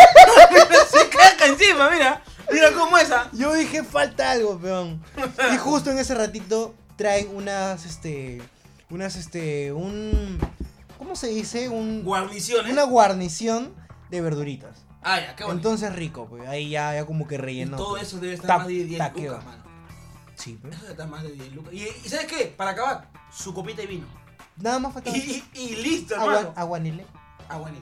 Speaker 1: se queja encima, mira. Mira cómo ¿ah? esa.
Speaker 3: Yo dije, falta algo, peón. Y justo en ese ratito traen unas, este, unas, este, un, ¿cómo se dice? Un,
Speaker 1: Guarniciones.
Speaker 3: una guarnición de verduritas.
Speaker 1: Ah, ya, qué bonito.
Speaker 3: Entonces rico, pues. Ahí ya, ya como que
Speaker 1: Y
Speaker 3: relleno.
Speaker 1: todo
Speaker 3: pues.
Speaker 1: eso debe estar
Speaker 3: Ta-
Speaker 1: más de 10
Speaker 3: taqueo.
Speaker 1: lucas, mano.
Speaker 3: Sí, pues.
Speaker 1: Eso debe estar más de 10 lucas. Y, y ¿sabes qué? Para acabar, su copita y vino.
Speaker 3: Nada más falta
Speaker 1: Y, y, y listo, hermano.
Speaker 3: agua, aguanile.
Speaker 1: Ah, bueno.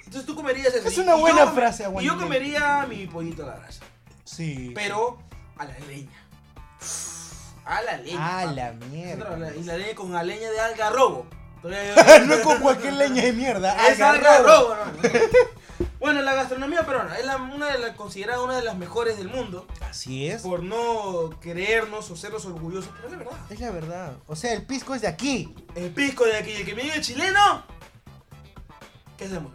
Speaker 1: Entonces tú comerías eso.
Speaker 3: Es
Speaker 1: Y-
Speaker 3: una
Speaker 1: y
Speaker 3: buena
Speaker 1: yo-
Speaker 3: frase, agua
Speaker 1: Y yo
Speaker 3: nivel.
Speaker 1: comería mi pollito a la brasa.
Speaker 3: Sí.
Speaker 1: Pero a la leña. A la leña.
Speaker 3: A
Speaker 1: papi.
Speaker 3: la
Speaker 1: Otra,
Speaker 3: mierda.
Speaker 1: la- Y la leña con la leña de algarrobo. Todavía-
Speaker 3: Ah, no es con cualquier leña de mierda.
Speaker 1: Es algarrobo,
Speaker 3: agarrado.
Speaker 1: hermano. Bueno, la gastronomía peruana es la, una de las considerada una de las mejores del mundo
Speaker 3: Así es.
Speaker 1: por no creernos o sernos orgullosos, pero es la verdad.
Speaker 3: Es la verdad. O sea, el pisco es de aquí.
Speaker 1: El pisco de aquí, el que me diga chileno, ¿qué hacemos?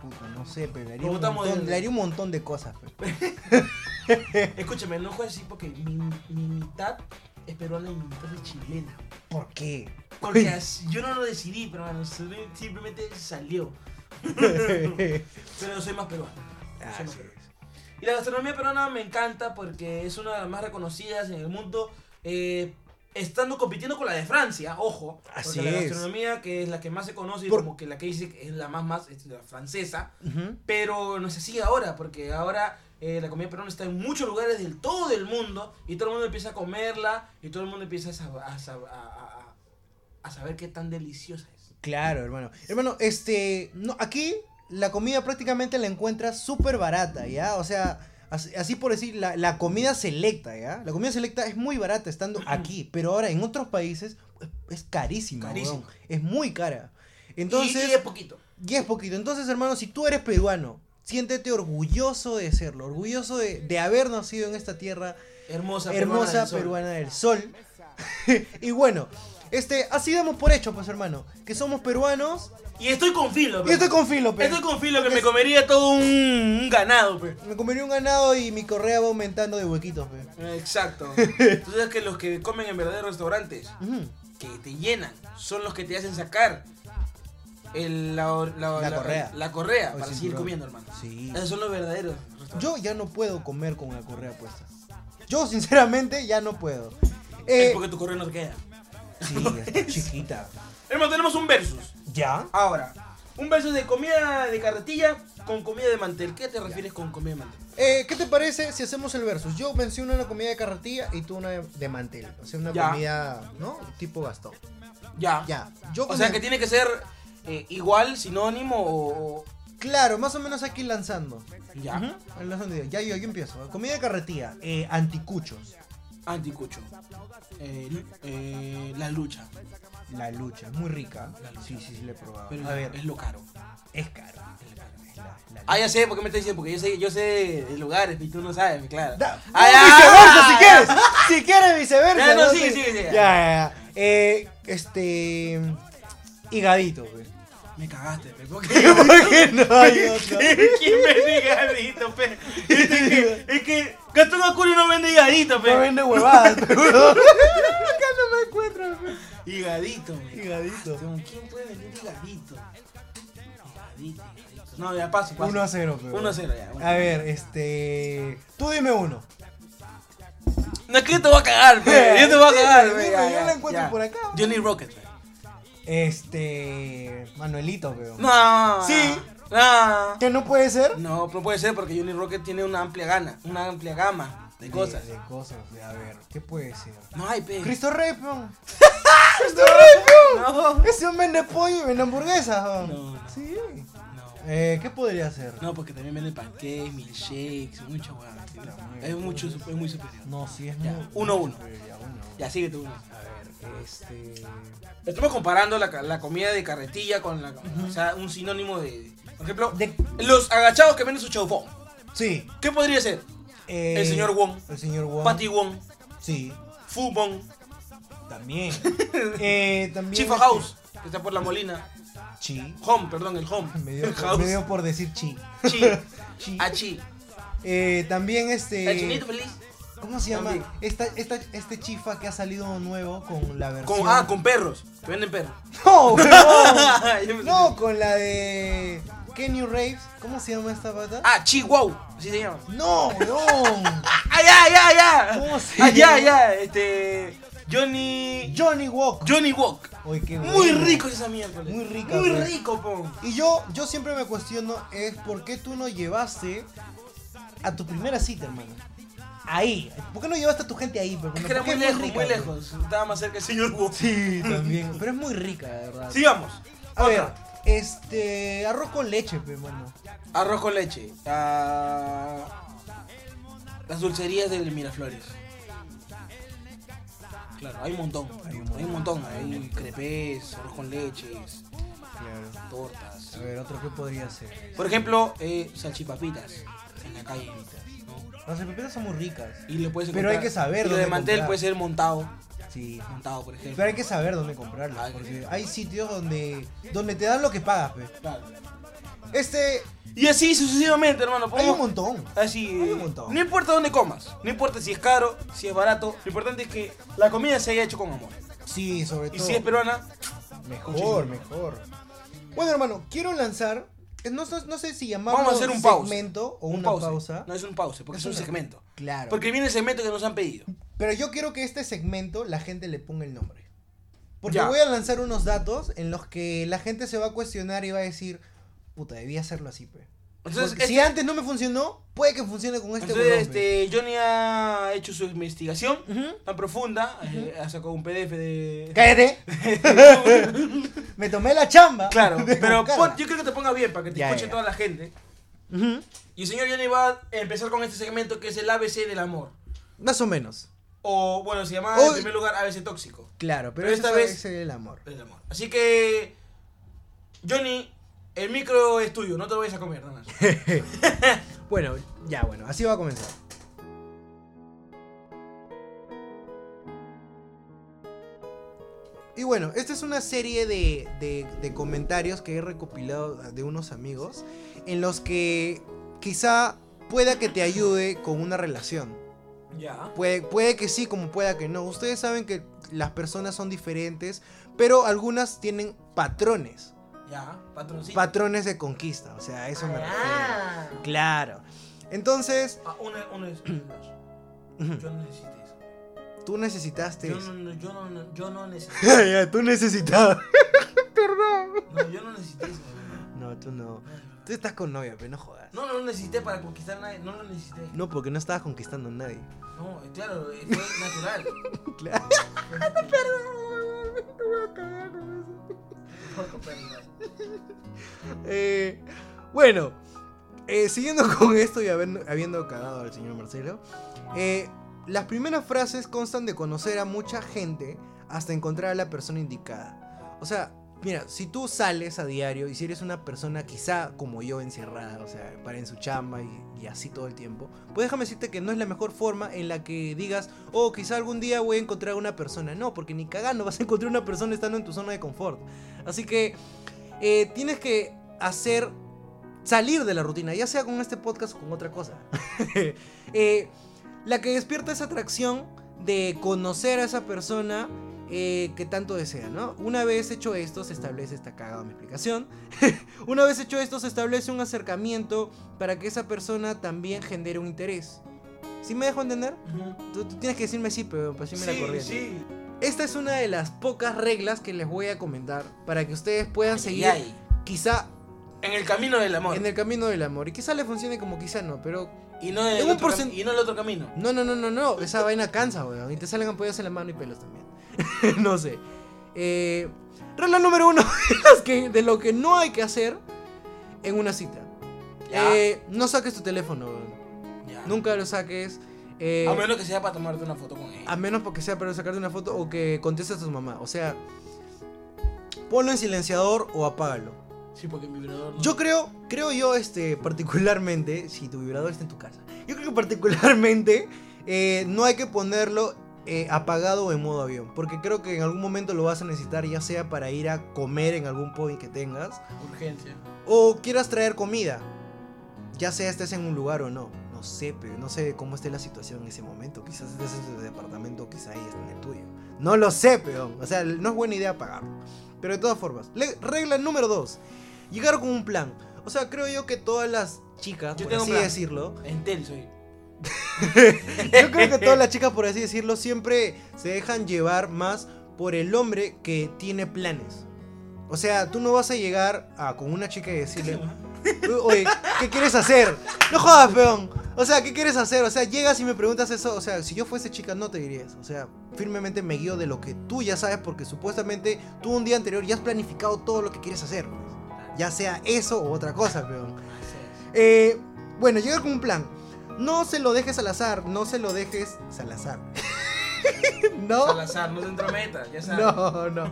Speaker 3: Puta, no sé, pero le haría,
Speaker 1: Lo
Speaker 3: un
Speaker 1: botamos
Speaker 3: montón,
Speaker 1: del-
Speaker 3: le haría un montón de cosas. pe.
Speaker 1: Escúchame, no juegues así porque mi, mi mitad es peruana y mi mitad es chilena.
Speaker 3: ¿Por qué?
Speaker 1: Porque así- yo no lo decidí, pero bueno, sim- simplemente salió. Pero soy más peruano.
Speaker 3: Ah,
Speaker 1: Soy más peruano. Y la gastronomía peruana me encanta porque es una de las más reconocidas en el mundo. eh, estando compitiendo con la de Francia, ojo. porque
Speaker 3: Así
Speaker 1: la
Speaker 3: es.
Speaker 1: gastronomía que es la que más se conoce y
Speaker 3: Por-
Speaker 1: como que la que dice que es la más más es la francesa.
Speaker 3: Ujú.
Speaker 1: Pero no es así ahora, porque ahora eh, la comida peruana está en muchos lugares del todo el mundo y todo el mundo empieza a comerla y todo el mundo empieza a, sab- a sab- a- a- a- a saber qué tan deliciosa es.
Speaker 3: Claro, hermano. Hermano, este, no, aquí la comida prácticamente la encuentras súper barata, ¿ya? O sea, as- así, por decir, la, la comida selecta, ¿ya? La comida selecta es muy barata estando aquí, pero ahora en otros países es, es carísima,
Speaker 1: Carísima.
Speaker 3: weón. Es muy cara.
Speaker 1: Entonces,
Speaker 3: Entonces,
Speaker 1: y, y es poquito.
Speaker 3: Y es poquito. Entonces, hermano, si tú eres peruano, siéntete orgulloso de serlo, orgulloso de, de haber nacido en esta tierra
Speaker 1: Hermosa,
Speaker 3: hermosa
Speaker 1: del sol.
Speaker 3: peruana del sol. y bueno, este, así damos por hecho, pues, hermano, que somos peruanos.
Speaker 1: Y estoy con filo,
Speaker 3: Y
Speaker 1: pe.
Speaker 3: estoy con filo, pe.
Speaker 1: Estoy con filo que me comería todo un, un ganado, pe.
Speaker 3: Me comería un ganado y mi correa va aumentando de huequitos, pe.
Speaker 1: Exacto. Tú sabes que los que comen en verdaderos restaurantes,
Speaker 3: Ujú.
Speaker 1: que te llenan, son los que te hacen sacar el- la, or-
Speaker 3: La correa.
Speaker 1: la correa
Speaker 3: O el
Speaker 1: para seguir
Speaker 3: cinturón.
Speaker 1: comiendo, hermano.
Speaker 3: Sí.
Speaker 1: Esos son los verdaderos restaurantes.
Speaker 3: Yo ya no puedo comer con la correa puesta. Yo, sinceramente, ya no puedo. Eh,
Speaker 1: es porque tu correo no te queda.
Speaker 3: sí, está chiquita.
Speaker 1: Hermano, tenemos un versus.
Speaker 3: ¿Ya?
Speaker 1: Ahora, un versus de comida de carretilla con comida de mantel. ¿Qué te refieres con comida de mantel?
Speaker 3: Eh, ¿Qué te parece si hacemos el versus? Yo menciono una comida de carretilla y tú una de, de mantel. O sea, una
Speaker 1: Ya.
Speaker 3: comida, ¿no? Tipo Gastón.
Speaker 1: Ya.
Speaker 3: Ya. Yo
Speaker 1: O sea
Speaker 3: con-
Speaker 1: que tiene que ser eh, igual, sinónimo o. o-
Speaker 3: Claro, más o menos aquí lanzando.
Speaker 1: Ya.
Speaker 3: Ujú, lanzando ideas. Ya yo, yo empiezo. Comida de carretilla, eh, anticuchos.
Speaker 1: Anticucho. Eh, lu- eh, la lucha.
Speaker 3: La lucha, es muy rica.
Speaker 1: La lucha.
Speaker 3: Sí, sí, sí, le he probado.
Speaker 1: Pero
Speaker 3: A ver,
Speaker 1: es lo caro.
Speaker 3: es caro.
Speaker 1: es lo caro.
Speaker 3: La- la
Speaker 1: Ah, ya sé por qué me estás diciendo, porque yo sé, yo sé de lugares y tú no sabes, claro.
Speaker 3: Da-
Speaker 1: Ah,
Speaker 3: no,
Speaker 1: ya,
Speaker 3: viceversa,
Speaker 1: ya,
Speaker 3: si
Speaker 1: ya.
Speaker 3: quieres. Si quieres, viceversa.
Speaker 1: Ya, no,
Speaker 3: sí,
Speaker 1: sigue, sigue, sigue.
Speaker 3: Ya, ya, ya. Eh, este. Higadito, güey.
Speaker 1: Me cagaste, pe. ¿Por qué?
Speaker 3: ¿Por qué no hay otro?
Speaker 1: ¿Quién vende higadito, pe? Es que, es que Gastón Acurio no vende higadito, pe.
Speaker 3: No vende huevadas, pero.
Speaker 1: Higadito, pe.
Speaker 3: pues. Higadito.
Speaker 1: Como, ¿Quién puede vender higadito? Higadito, higadito. No, ya paso, paso.
Speaker 3: 1 a 0,
Speaker 1: 1 a 0, ya. bueno.
Speaker 3: A ver, este. Tú dime uno.
Speaker 1: No es que yo te voy a cagar, pe. Yo te voy a cagar,
Speaker 3: Dime,
Speaker 1: pe.
Speaker 3: dime,
Speaker 1: Ya,
Speaker 3: Eh, yo
Speaker 1: ya,
Speaker 3: la encuentro
Speaker 1: ya.
Speaker 3: por acá.
Speaker 1: Johnny Rocket, pe.
Speaker 3: Este. Manuelito, pero.
Speaker 1: No.
Speaker 3: Sí.
Speaker 1: No.
Speaker 3: Que no puede ser.
Speaker 1: No, no puede ser porque Johnny Rocket tiene una amplia gana, una amplia gama de cosas.
Speaker 3: De, cosas, de a ver, ¿qué puede ser?
Speaker 1: No hay, pe.
Speaker 3: Cristo Rey, peón.
Speaker 1: No.
Speaker 3: Ese hombre vende pollo y vende hamburguesas, weón.
Speaker 1: No.
Speaker 3: Sí.
Speaker 1: No.
Speaker 3: Eh, ¿qué podría ser?
Speaker 1: No, porque también venden pancakes, milkshakes, mucha hueá. Es mucho, es muy superior.
Speaker 3: No, sí, es
Speaker 1: Ya,
Speaker 3: muy-
Speaker 1: uno a uno.
Speaker 3: Ya, uno.
Speaker 1: Ya, sigue tú.
Speaker 3: A ver, este.
Speaker 1: Estamos comparando la, ca- la comida de carretilla con la... O sea, un sinónimo de... Por ejemplo,
Speaker 3: De-
Speaker 1: los agachados que venden su chaufón.
Speaker 3: Sí.
Speaker 1: ¿Qué podría ser?
Speaker 3: eh,
Speaker 1: El señor Wong.
Speaker 3: El señor Wong.
Speaker 1: Patty Wong,
Speaker 3: Sí,
Speaker 1: Fu Wong,
Speaker 3: también. eh, también.
Speaker 1: Chifa
Speaker 3: este-
Speaker 1: House, que está por la molina.
Speaker 3: Chi.
Speaker 1: Home, perdón, el home.
Speaker 3: Me dio,
Speaker 1: el
Speaker 3: por,
Speaker 1: house.
Speaker 3: me dio por decir chi.
Speaker 1: Chi. Ah,
Speaker 3: Chi.
Speaker 1: Achi.
Speaker 3: Eh, también
Speaker 1: El
Speaker 3: este.
Speaker 1: chinito feliz.
Speaker 3: ¿Cómo se llama?
Speaker 1: También.
Speaker 3: Esta, esta, este chifa que ha salido nuevo con la versión.
Speaker 1: Con, ah, con perros. Que venden perros.
Speaker 3: ¡No, huevón!
Speaker 1: Yo me-
Speaker 3: No, con la de. Kenny Raves. ¿Cómo se llama esta pata?
Speaker 1: Ah, Chihuahua. Así se llama.
Speaker 3: No, no.
Speaker 1: Ah, ya, ya, ya.
Speaker 3: ¿Cómo se
Speaker 1: Ah, ya,
Speaker 3: llama?
Speaker 1: ya. Este. Johnny.
Speaker 3: Johnny Walk.
Speaker 1: Johnny Walk.
Speaker 3: Uy, qué
Speaker 1: Muy
Speaker 3: bueno.
Speaker 1: rico esa mierda.
Speaker 3: Muy rica,
Speaker 1: Muy
Speaker 3: pues.
Speaker 1: rico, po.
Speaker 3: Y yo, yo siempre me cuestiono es por qué tú no llevaste a tu primera cita, hermano. Ahí. ¿Por qué no llevaste a tu gente ahí? Pero,
Speaker 1: Es que era muy lejos, muy lejos. Estaba más cerca el señor Walk.
Speaker 3: Sí, también. Pero es muy rica, de verdad.
Speaker 1: Sigamos.
Speaker 3: a ver,
Speaker 1: Otra.
Speaker 3: este. Arroz con leche, pe, hermano.
Speaker 1: Arroz con leche. Ah, las dulcerías del Miraflores. Claro, hay un montón. Hay un montón. Hay, crepes, arroz con leches,
Speaker 3: Claro.
Speaker 1: tortas.
Speaker 3: A ver, otro que podría ser.
Speaker 1: Por ejemplo, eh, salchipapitas en la calle. ¿no?
Speaker 3: Las pepitas son muy ricas.
Speaker 1: Y le puedes
Speaker 3: Pero hay
Speaker 1: encontrar-
Speaker 3: que saber
Speaker 1: Y lo
Speaker 3: dónde
Speaker 1: de mantel
Speaker 3: comprar.
Speaker 1: puede ser montado.
Speaker 3: Sí.
Speaker 1: Montado, por ejemplo.
Speaker 3: Pero hay que saber dónde comprarlas.
Speaker 1: Ay,
Speaker 3: Porque hay sitios donde, donde te dan lo que pagas, pe.
Speaker 1: Claro.
Speaker 3: Este.
Speaker 1: Y así sucesivamente, hermano.
Speaker 3: Hay un
Speaker 1: podemos-
Speaker 3: montón.
Speaker 1: Así,
Speaker 3: Hay un montón.
Speaker 1: no importa dónde comas, no importa si es caro, si es barato, lo importante es que la comida se haya hecho con amor.
Speaker 3: Sí, sobre todo.
Speaker 1: Y si es peruana,
Speaker 3: Mejor, mejor. Bueno, hermano, quiero lanzar. eh, No, sé- no sé si llamarlo
Speaker 1: vamos a hacer un pause.
Speaker 3: segmento o
Speaker 1: Un
Speaker 3: una
Speaker 1: pause.
Speaker 3: pausa.
Speaker 1: No es un pause, porque
Speaker 3: Es
Speaker 1: es, un
Speaker 3: una-
Speaker 1: segmento.
Speaker 3: Claro.
Speaker 1: Porque viene el segmento que nos han pedido.
Speaker 3: Pero yo quiero que este segmento la gente le ponga el nombre. Porque
Speaker 1: Ya.
Speaker 3: voy a lanzar unos datos en los que la gente se va a cuestionar y va a decir, puta, debía hacerlo así, pe.
Speaker 1: Entonces,
Speaker 3: Porque si
Speaker 1: este-
Speaker 3: antes no me funcionó, puede que funcione con este
Speaker 1: entonces,
Speaker 3: huevón, pe".
Speaker 1: este, Johnny ha hecho su investigación
Speaker 3: Ujú.
Speaker 1: tan profunda, eh, ha sacado un PDF de...
Speaker 3: Cállate. me tomé la chamba.
Speaker 1: Claro,
Speaker 3: de
Speaker 1: pero
Speaker 3: buscarla.
Speaker 1: pon- yo creo que te ponga bien para que te
Speaker 3: Ya,
Speaker 1: escuche
Speaker 3: ya.
Speaker 1: toda la gente.
Speaker 3: Ujú.
Speaker 1: Y el señor Johnny va a empezar con este segmento que es el ABC del amor.
Speaker 3: Más o menos.
Speaker 1: O bueno, se llamaba
Speaker 3: Hoy-
Speaker 1: en primer lugar ABC tóxico.
Speaker 3: Claro, pero,
Speaker 1: Pero esta
Speaker 3: esa
Speaker 1: vez-
Speaker 3: es el amor.
Speaker 1: del amor. Así que, Johnny, el micro es tuyo, no te lo vayas a comer nada más.
Speaker 3: Bueno, ya bueno, así va a comenzar. Y bueno, esta es una serie de, de- de comentarios que he recopilado de unos amigos en los que quizá pueda que te ayude con una relación.
Speaker 1: ya.
Speaker 3: Puede, puede que sí, como pueda que no. Ustedes saben que las personas son diferentes, pero algunas tienen patrones.
Speaker 1: Ya, patroncito.
Speaker 3: Patrones de conquista, o sea, a eso me refiero.
Speaker 1: Ah,
Speaker 3: Claro. Entonces,
Speaker 1: Ah, una, una es.
Speaker 3: ujú.
Speaker 1: Yo no necesité eso.
Speaker 3: Tú necesitaste
Speaker 1: Yo
Speaker 3: eso.
Speaker 1: no, yo no, yo no necesité.
Speaker 3: Ya, ya, tú necesitabas.
Speaker 1: No, yo no necesité eso. güey.
Speaker 3: No, tú no. Tú estás con novia, pero no jodas.
Speaker 1: No, no lo necesité para conquistar a nadie. No lo necesité.
Speaker 3: No, porque no estabas conquistando a nadie.
Speaker 1: No, eh, claro, eh, fue natural.
Speaker 3: Claro.
Speaker 1: Ah, Por tu perro.
Speaker 3: Eh, Bueno, eh, siguiendo con esto y habiendo, habiendo cagado al señor Marcelo, eh, las primeras frases constan de conocer a mucha gente hasta encontrar a la persona indicada. O sea, mira, si tú sales a diario y si eres una persona quizá como yo encerrada, o sea, para en su chamba y, y así todo el tiempo, pues déjame decirte que no es la mejor forma en la que digas, oh, quizá algún día voy a encontrar a una persona. No, porque ni cagando vas a encontrar una persona estando en tu zona de confort. Así que eh, tienes que hacer salir de la rutina, ya sea con este podcast o con otra cosa. Eh, la que despierta esa atracción de conocer a esa persona eh, que tanto desea, ¿no? Una vez hecho esto, se establece esta cagada mi explicación. Una vez hecho esto, se establece un acercamiento para que esa persona también genere un interés. ¿Sí me dejo entender?
Speaker 1: Ujú.
Speaker 3: Tú, tú tienes que decirme sí, pero para decirme la
Speaker 1: Sí,
Speaker 3: corriente.
Speaker 1: sí.
Speaker 3: Esta es una de las pocas reglas que les voy a comentar para que ustedes puedan
Speaker 1: Y
Speaker 3: seguir,
Speaker 1: ahí,
Speaker 3: quizá
Speaker 1: en el camino del amor.
Speaker 3: en el camino del amor. Y quizá le funcione como quizá no, pero
Speaker 1: Y no en
Speaker 3: en
Speaker 1: el,
Speaker 3: un
Speaker 1: otro
Speaker 3: porcent-
Speaker 1: cami- y no el otro camino.
Speaker 3: no, no, no, no, no. Esa vaina cansa, weón. Y te salen ampollas en la mano y pelos también. no sé. Eh, regla número uno de las que- de lo que no hay que hacer en una cita.
Speaker 1: Ya.
Speaker 3: Eh, no saques tu teléfono, weón.
Speaker 1: ya.
Speaker 3: Nunca lo saques. Eh, Ah.
Speaker 1: A menos que sea para tomarte una foto con ella.
Speaker 3: a menos porque sea para sacarte una foto o que contestes a tu mamá. O sea, ponlo en silenciador o apágalo.
Speaker 1: Sí, porque mi vibrador no.
Speaker 3: Yo creo, creo yo, este, particularmente, si tu vibrador está en tu casa, yo creo que particularmente eh, no hay que ponerlo eh, apagado o en modo avión, porque creo que en algún momento lo vas a necesitar, ya sea para ir a comer en algún point que tengas,
Speaker 1: Urgencia.
Speaker 3: o quieras traer comida, ya sea estés en un lugar o no. No sé, pero no sé cómo esté la situación en ese momento. Quizás estés en tu departamento, quizás ahí está en el tuyo. No lo sé, peón. O sea, no es buena idea pagarlo. Pero de todas formas, le- regla número dos. Llegar con un plan. O sea, creo yo que todas las chicas,
Speaker 1: Yo
Speaker 3: por
Speaker 1: tengo un
Speaker 3: así
Speaker 1: plan.
Speaker 3: decirlo,
Speaker 1: Entel soy.
Speaker 3: yo creo que todas las chicas, por así decirlo, siempre se dejan llevar más por el hombre que tiene planes. O sea, tú no vas a llegar a, con una chica y decirle, Oye, ¿qué quieres hacer? No jodas, peón. O sea, ¿qué quieres hacer? O sea, llegas y me preguntas eso. O sea, si yo fuese chica, no te dirías. O sea, firmemente me guío de lo que tú ya sabes, porque supuestamente tú un día anterior ya has planificado todo lo que quieres hacer. pues. Ya sea eso o otra cosa, peón. Eh, bueno, llega con un plan. No se lo dejes al azar, no se lo dejes al azar. no.
Speaker 1: Salazar, no se entrometa, ya sabes.
Speaker 3: No, no.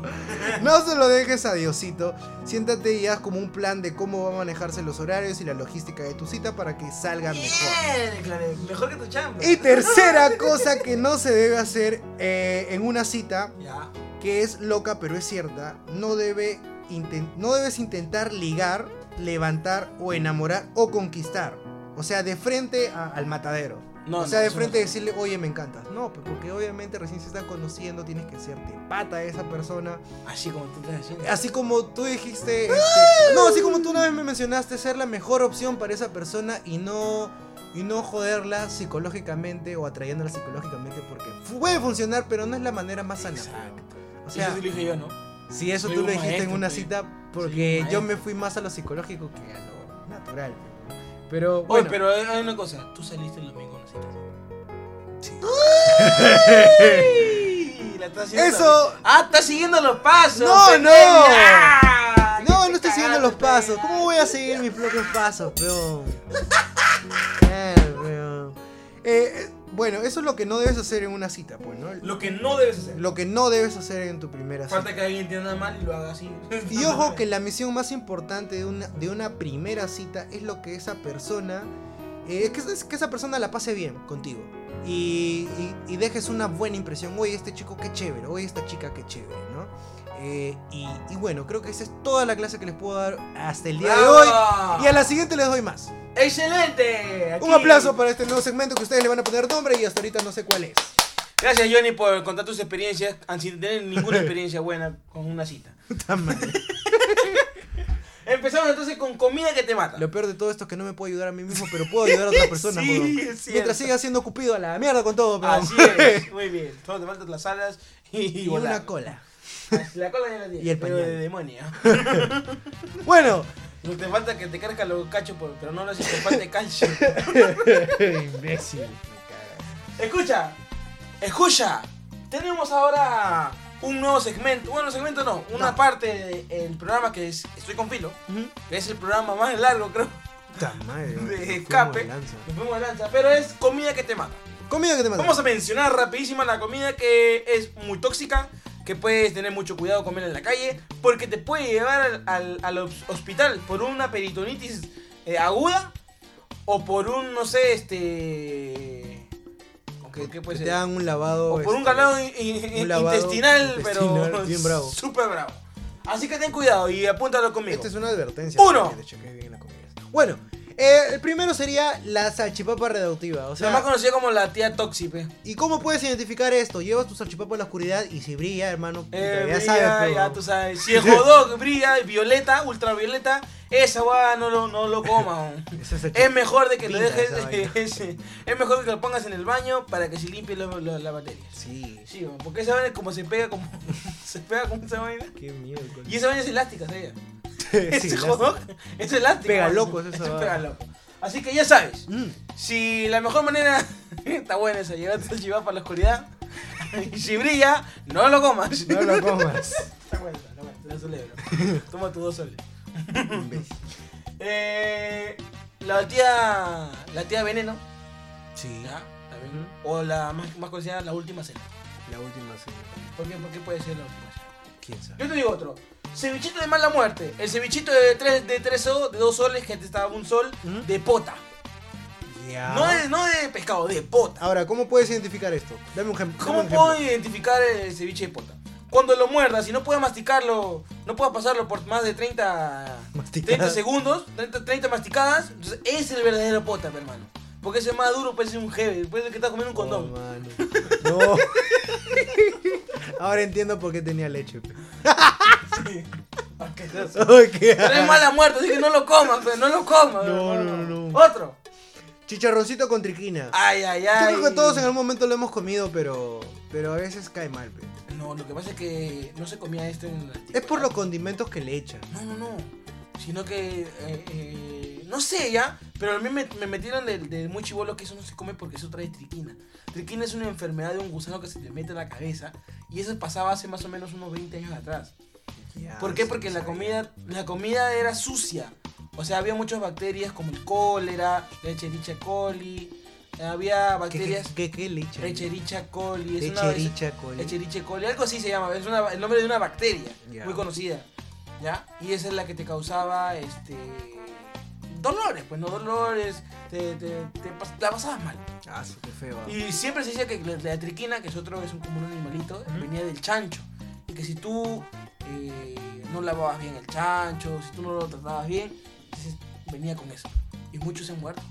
Speaker 3: No se lo dejes a Diosito. Siéntate y haz como un plan de cómo va a manejarse los horarios y la logística de tu cita para que salga mejor.
Speaker 1: Bien, Claret, mejor que tu chamba.
Speaker 3: Y tercera cosa que no se debe hacer eh, en una cita,
Speaker 1: Ya.
Speaker 3: que es loca pero es cierta, no, debe inten- no debes intentar ligar, levantar o enamorar o conquistar. O sea, de frente a- al matadero.
Speaker 1: No,
Speaker 3: o sea,
Speaker 1: no,
Speaker 3: de
Speaker 1: eso
Speaker 3: frente
Speaker 1: no.
Speaker 3: decirle, oye, me encantas. No, pues, porque obviamente recién se están conociendo, tienes que hacerte pata a esa persona.
Speaker 1: Así como tú estás haciendo.
Speaker 3: Así como tú dijiste. este, no, así como tú una vez me mencionaste ser la mejor opción para esa persona y no. Y no joderla psicológicamente o atrayéndola psicológicamente porque fu- puede funcionar, pero no es la manera más sana.
Speaker 1: Exacto.
Speaker 3: O sea,
Speaker 1: eso sí lo dije yo, ¿no?
Speaker 3: si eso
Speaker 1: soy
Speaker 3: tú
Speaker 1: un
Speaker 3: lo dijiste en
Speaker 1: maestro,
Speaker 3: una
Speaker 1: pe.
Speaker 3: cita,
Speaker 1: Soy
Speaker 3: porque
Speaker 1: un
Speaker 3: yo
Speaker 1: maestro.
Speaker 3: me fui más a lo psicológico que a lo natural. Pero
Speaker 1: Oye,
Speaker 3: bueno,
Speaker 1: pero hay hay una cosa. Tú saliste el domingo, no sé qué. La estás haciendo
Speaker 3: eso.
Speaker 1: Ah, estás siguiendo los pasos.
Speaker 3: No,
Speaker 1: pendeja.
Speaker 3: no.
Speaker 1: Ah,
Speaker 3: No,
Speaker 1: te
Speaker 3: no estoy siguiendo los
Speaker 1: cagaste,
Speaker 3: pasos. ¿Cómo voy a seguir mis propios pasos, peón? Eh, peón. Eh, eh, bueno, eso es lo que no debes hacer en una cita, pues, ¿no?
Speaker 1: Lo que no debes hacer.
Speaker 3: Lo que no debes hacer en tu primera
Speaker 1: Falta
Speaker 3: cita.
Speaker 1: que alguien entienda mal y lo haga así.
Speaker 3: Y ojo que la misión más importante de una, de una primera cita es lo que esa persona. eh, es que, es que esa persona la pase bien contigo. Y, y- y dejes una buena impresión. Oye, este chico qué chévere. Oye, esta chica qué chévere, ¿no? Eh, y, y bueno, creo que esa es toda la clase que les puedo dar hasta el día de hoy.
Speaker 1: ¡Bravo!
Speaker 3: Y a la siguiente les doy más.
Speaker 1: ¡Excelente! Aquí.
Speaker 3: Un aplauso para este nuevo segmento que ustedes le van a poner nombre y hasta ahorita no sé cuál es.
Speaker 1: Gracias, Johnny, por contar tus experiencias an- sin tener ninguna experiencia buena con una cita.
Speaker 3: Puta madre.
Speaker 1: Empezamos entonces con comida que te mata.
Speaker 3: Lo peor de todo esto es que no me puedo ayudar a mí mismo, pero puedo ayudar a otra persona.
Speaker 1: Sí,
Speaker 3: huevón.
Speaker 1: es cierto.
Speaker 3: Mientras siga siendo cupido a la mierda con todo, pero
Speaker 1: Así es, muy bien. Solo te faltan las alas y,
Speaker 3: y
Speaker 1: volar.
Speaker 3: una cola.
Speaker 1: La cola ya la tienes.
Speaker 3: Y el
Speaker 1: pero
Speaker 3: pañal.
Speaker 1: de demonio.
Speaker 3: Bueno,
Speaker 1: No te falta que te carga los cachos, por- pero no lo haces que falte calcio.
Speaker 3: imbécil.
Speaker 1: Escucha, escucha. Tenemos ahora un nuevo segmento, bueno, segmento no, una
Speaker 3: No.
Speaker 1: parte del programa que es Estoy con Filo, que es el programa más largo, creo,
Speaker 6: Puta madre,
Speaker 1: De
Speaker 6: nos fuimos
Speaker 1: escape.
Speaker 6: de lanza.
Speaker 1: que fuimos a lanza, pero es comida que te mata.
Speaker 3: Comida que te mata.
Speaker 1: Vamos a mencionar rapidísima la comida que es muy tóxica, que puedes tener mucho cuidado comer en la calle, porque te puede llevar al, al- al hos- hospital por una peritonitis eh, aguda o por un, no sé, este... ¿o
Speaker 3: que,
Speaker 1: por qué puede
Speaker 3: que te
Speaker 1: ser?
Speaker 3: hagan un lavado.
Speaker 1: O por un
Speaker 3: este,
Speaker 1: ganado in- in-
Speaker 3: un lavado
Speaker 1: intestinal, pero
Speaker 3: intestinal bien bravo.
Speaker 1: súper bravo. Así que ten cuidado y apúntalo conmigo.
Speaker 3: Esta este es una advertencia.
Speaker 1: Uno.
Speaker 3: para que te cheques bien las comidas. Bueno, eh, el primero sería la salchipapa reductiva. O
Speaker 1: la
Speaker 3: sea,
Speaker 1: más conocida como la tía Tóxipe.
Speaker 3: ¿y cómo puedes identificar esto? Llevas tu salchipapa a la oscuridad y si brilla, hermano, puta,
Speaker 1: Eh,
Speaker 3: ya
Speaker 1: brilla,
Speaker 3: sabes. pero-
Speaker 1: ya tú sabes. Si el hot dog brilla, violeta, ultravioleta, esa weá no lo, no lo coma. weón.
Speaker 3: Esa salchipapa.
Speaker 1: es mejor de que lo
Speaker 3: Pinta
Speaker 1: dejes.
Speaker 3: esa vaina.
Speaker 1: es, es mejor que lo pongas en el baño para que se limpie lo- lo- las bacterias.
Speaker 3: Sí,
Speaker 1: Sí, weón, porque esa vaina es como se pega como. se pega como esa vaina.
Speaker 3: qué miedo. con-
Speaker 1: Y esa vaina es elástica, ¿sabes?
Speaker 3: Sí,
Speaker 1: Ese
Speaker 3: la-
Speaker 1: hot dog es elástico.
Speaker 3: Pega
Speaker 1: weón.
Speaker 3: locos esa
Speaker 1: Es un
Speaker 3: vaina.
Speaker 1: pega loco. Así que ya sabes.
Speaker 3: Mm.
Speaker 1: Si la mejor manera está buena esa, llevar tu chivapa a la oscuridad. Y si brilla, no lo comas.
Speaker 3: No lo comas.
Speaker 1: Está bueno, está bueno, te lo celebro. Toma tus dos soles. Eh, la tía. La tía Veneno.
Speaker 3: Sí,
Speaker 1: ¿ya? También. O la más, más conocida, la última cena.
Speaker 3: la última sí.
Speaker 1: ¿Por qué, por qué puede ser la última cena?
Speaker 3: ¿Quién sabe?
Speaker 1: Yo te digo otro. Cevichito de mala muerte. El cevichito de tres, de tres so- de dos soles, que antes estaba un sol,
Speaker 3: Ujú.
Speaker 1: de pota.
Speaker 3: Ya.
Speaker 1: No, de, no de pescado, de pota.
Speaker 3: Ahora, ¿cómo puedes identificar esto? Dame un ejem- dame
Speaker 1: ¿Cómo
Speaker 3: un ejemplo.
Speaker 1: puedo identificar el ceviche de pota? Cuando lo muerdas y no puedas masticarlo, no puedas pasarlo por más de 30,
Speaker 3: Masticadas.
Speaker 1: 30 segundos, 30, 30 masticadas, entonces ese es el verdadero pota, mi hermano. Porque ese es más duro, puede ser un jefe, puede ser que estás comiendo un
Speaker 3: Oh,
Speaker 1: condón.
Speaker 3: mano. No. Ahora entiendo por qué tenía leche. pe.
Speaker 1: Pero
Speaker 3: Ay, qué
Speaker 1: es mala muerte, así que no lo comas, pero no lo comas.
Speaker 3: No,
Speaker 1: pe,
Speaker 3: no, no.
Speaker 1: Otro.
Speaker 3: Chicharroncito con triquina.
Speaker 1: Ay, ay, Ah, ay.
Speaker 3: Yo creo que todos en algún momento lo hemos comido, pero pero a veces cae mal. pe.
Speaker 1: No, lo que pasa es que no se comía esto en la
Speaker 3: Es por los condimentos que le echan.
Speaker 1: No, no, no. Sino que. eh, eh, no sé ya, pero a mí me, me metieron de, de muy chivolo que eso no se come porque eso trae triquina. Triquina es una enfermedad de un gusano que se te mete en la cabeza y eso pasaba hace más o menos unos 20 años atrás.
Speaker 3: Ah,
Speaker 1: ¿Por qué? Porque la comida, la comida era sucia. O sea, había muchas bacterias como el cólera, la Echerichia coli, había
Speaker 3: ¿Qué, qué,
Speaker 1: bacterias.
Speaker 3: qué, qué le echan?
Speaker 1: Echerichia coli, es una, es-
Speaker 3: Echericha con.
Speaker 1: Echerichia coli, algo así se llama, es una- el nombre de una bacteria
Speaker 3: Ya.
Speaker 1: muy conocida, ¿ya? Y esa es la que te causaba, este, dolores, pues no dolores, te, te- te pas- la pasabas mal.
Speaker 3: Ah, sí, qué feo. ah.
Speaker 1: Y siempre se dice que la, la triquina, que es otro, es un, como un animalito, venía del chancho, y que si tú eh, no lavabas bien el chancho, si tú no lo tratabas bien, entonces venía con eso. Y muchos se han muerto.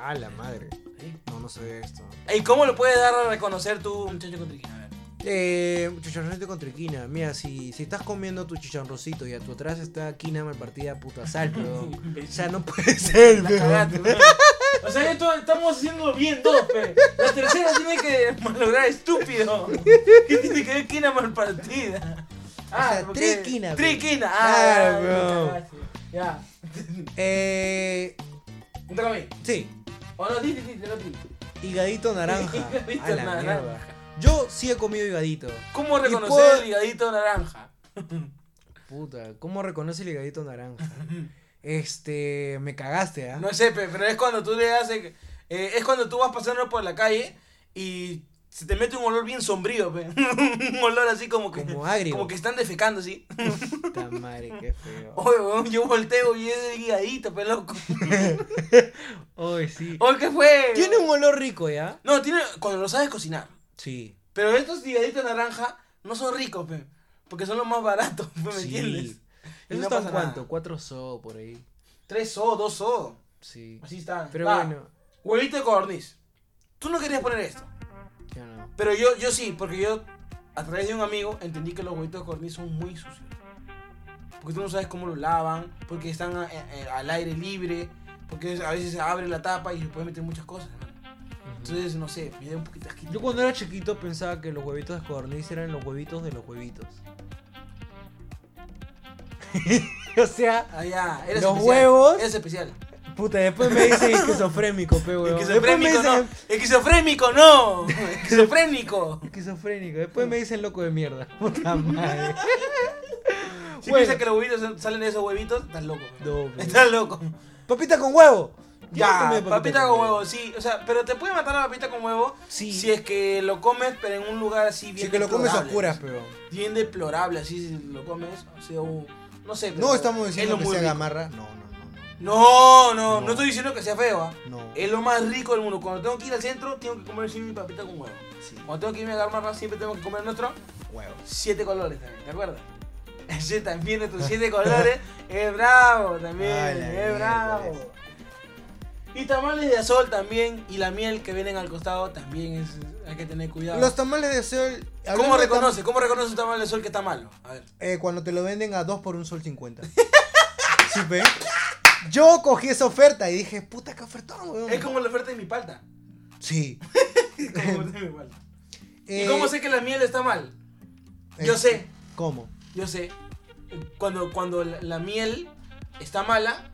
Speaker 3: Ah, la madre.
Speaker 1: ¿sí?
Speaker 3: No, no sabía esto.
Speaker 1: ¿Y cómo lo puedes dar a reconocer tú un chancho con triquina? A ver.
Speaker 3: Eh, chicharroncito con triquina. Mira, si, si estás comiendo tu chicharroncito y a tu atrás está quina mal partida, puta sal, pero. O sea, no puede ser,
Speaker 1: La
Speaker 3: pero-
Speaker 1: cagaste, weón. O sea, esto estamos haciendo bien dos, pe. La tercera tiene que malograr estúpido. ¿Qué tiene que ver Ah, quina mal partida?
Speaker 3: O sea, triquina, pe.
Speaker 1: Triquina.
Speaker 3: Claro,
Speaker 1: Ah,
Speaker 3: weón.
Speaker 1: ya, ya.
Speaker 3: Eh.
Speaker 1: Un trago ahí.
Speaker 3: Sí,
Speaker 1: O no, di, di, di, di, no, di.
Speaker 3: higadito naranja.
Speaker 1: Higadito
Speaker 3: A la
Speaker 1: naranja.
Speaker 3: mierda. Yo sí he comido higadito.
Speaker 1: ¿Cómo reconocer
Speaker 3: puedo-
Speaker 1: el ligadito naranja?
Speaker 3: Puta, ¿cómo reconoce el higadito naranja? Este, me cagaste, ¿ah?
Speaker 1: No sé, pe, pero es cuando tú le haces. eh, es cuando tú vas pasando por la calle y se te mete un olor bien sombrío, pe. un olor así como que.
Speaker 3: Como agrio.
Speaker 1: Como que están defecando así.
Speaker 3: Puta madre, qué feo.
Speaker 1: Oye, weón, yo volteo y es el guiadito, pe loco.
Speaker 3: Oye, sí.
Speaker 1: Oye, ¿qué fue?
Speaker 3: Tiene un olor rico, ¿ya?
Speaker 1: No, tiene. Cuando lo sabes cocinar.
Speaker 3: Sí.
Speaker 1: Pero estos guiaditos naranja no son ricos, pe. Porque son los más baratos, pe, ¿me
Speaker 3: sí.
Speaker 1: entiendes? Y
Speaker 3: ¿Eso
Speaker 1: no
Speaker 3: está en
Speaker 1: pasa
Speaker 3: cuánto?
Speaker 1: nada.
Speaker 3: Cuatro so por ahí.
Speaker 1: Tres o, dos o.
Speaker 3: Sí.
Speaker 1: Así está.
Speaker 3: Pero
Speaker 1: Ah,
Speaker 3: bueno,
Speaker 1: Huevito de codorniz. Tú no querías poner esto.
Speaker 3: ya no.
Speaker 1: Pero yo, yo sí, porque yo, a través de un amigo, entendí que los huevitos de codorniz son muy sucios. Porque tú no sabes cómo los lavan, porque están a- a- al aire libre, porque a veces se abre la tapa y se pueden meter muchas cosas, hermano. Entonces, no sé, me da un poquito de asquito.
Speaker 3: Yo cuando era chiquito pensaba que los huevitos de codorniz eran los huevitos de los huevitos. o sea,
Speaker 1: Ah, ya, eres
Speaker 3: Los
Speaker 1: especial.
Speaker 3: huevos.
Speaker 1: Eres especial.
Speaker 3: Puta, después me dicen esquizofrénico, pe, weón. Después me
Speaker 1: Esquizofrénico no.
Speaker 3: dicen
Speaker 1: Esquizofrénico no. Esquizofrénico.
Speaker 3: esquizofrénico. Después me dicen loco de mierda. Puta madre.
Speaker 1: Si
Speaker 3: Bueno.
Speaker 1: piensas que los huevitos son- salen de esos huevitos, estás loco. pe.
Speaker 3: No, pe.
Speaker 1: Estás loco.
Speaker 3: Papita con huevo.
Speaker 1: Ya,
Speaker 3: Llámame
Speaker 1: papita, con huevo, sí. O sea, pero te puede matar a la papita con huevo
Speaker 3: Sí.
Speaker 1: si es que lo comes, pero en un lugar así bien
Speaker 3: Si que lo comes a
Speaker 1: deplorable.
Speaker 3: oscuras, pero.
Speaker 1: Bien deplorable, así si lo comes. O sea, un- no sé. pero
Speaker 3: No estamos
Speaker 1: es
Speaker 3: diciendo
Speaker 1: lo
Speaker 3: que
Speaker 1: muy
Speaker 3: sea
Speaker 1: rico.
Speaker 3: gamarra. No, no, no.
Speaker 1: No, no, no,
Speaker 3: No.
Speaker 1: estoy diciendo que sea feo, ¿ah?
Speaker 3: No. no.
Speaker 1: Es lo más rico del mundo. Cuando tengo que ir al centro, tengo que comer siempre mi papita con huevo.
Speaker 3: Sí,
Speaker 1: Cuando tengo que irme a Gamarra, siempre tengo que comer nuestro
Speaker 3: huevo.
Speaker 1: siete colores también, ¿te acuerdas? Ese también, nuestros siete colores. Es bravo también,
Speaker 3: Ay, la pues.
Speaker 1: es
Speaker 3: miércoles.
Speaker 1: bravo. Y tamales de azul también, y la miel que vienen al costado también es, hay que tener cuidado.
Speaker 3: Los tamales de sol.
Speaker 1: ¿Cómo
Speaker 3: hablando de tam-
Speaker 1: reconoce? ¿Cómo reconoce un tamal de sol que está malo? A ver.
Speaker 3: Eh, cuando te lo venden a 2 por un sol 50. ¿Sí ve? Yo cogí esa oferta y dije, puta, qué ofertón, weón.
Speaker 1: Es como la oferta de mi palta.
Speaker 3: Sí.
Speaker 1: Es como la oferta de mi palta. ¿Y
Speaker 3: Eh,
Speaker 1: cómo sé que la miel está mal?
Speaker 3: eh,
Speaker 1: Yo sé,
Speaker 3: ¿Cómo?
Speaker 1: yo sé. Cuando, cuando la, la miel está mala,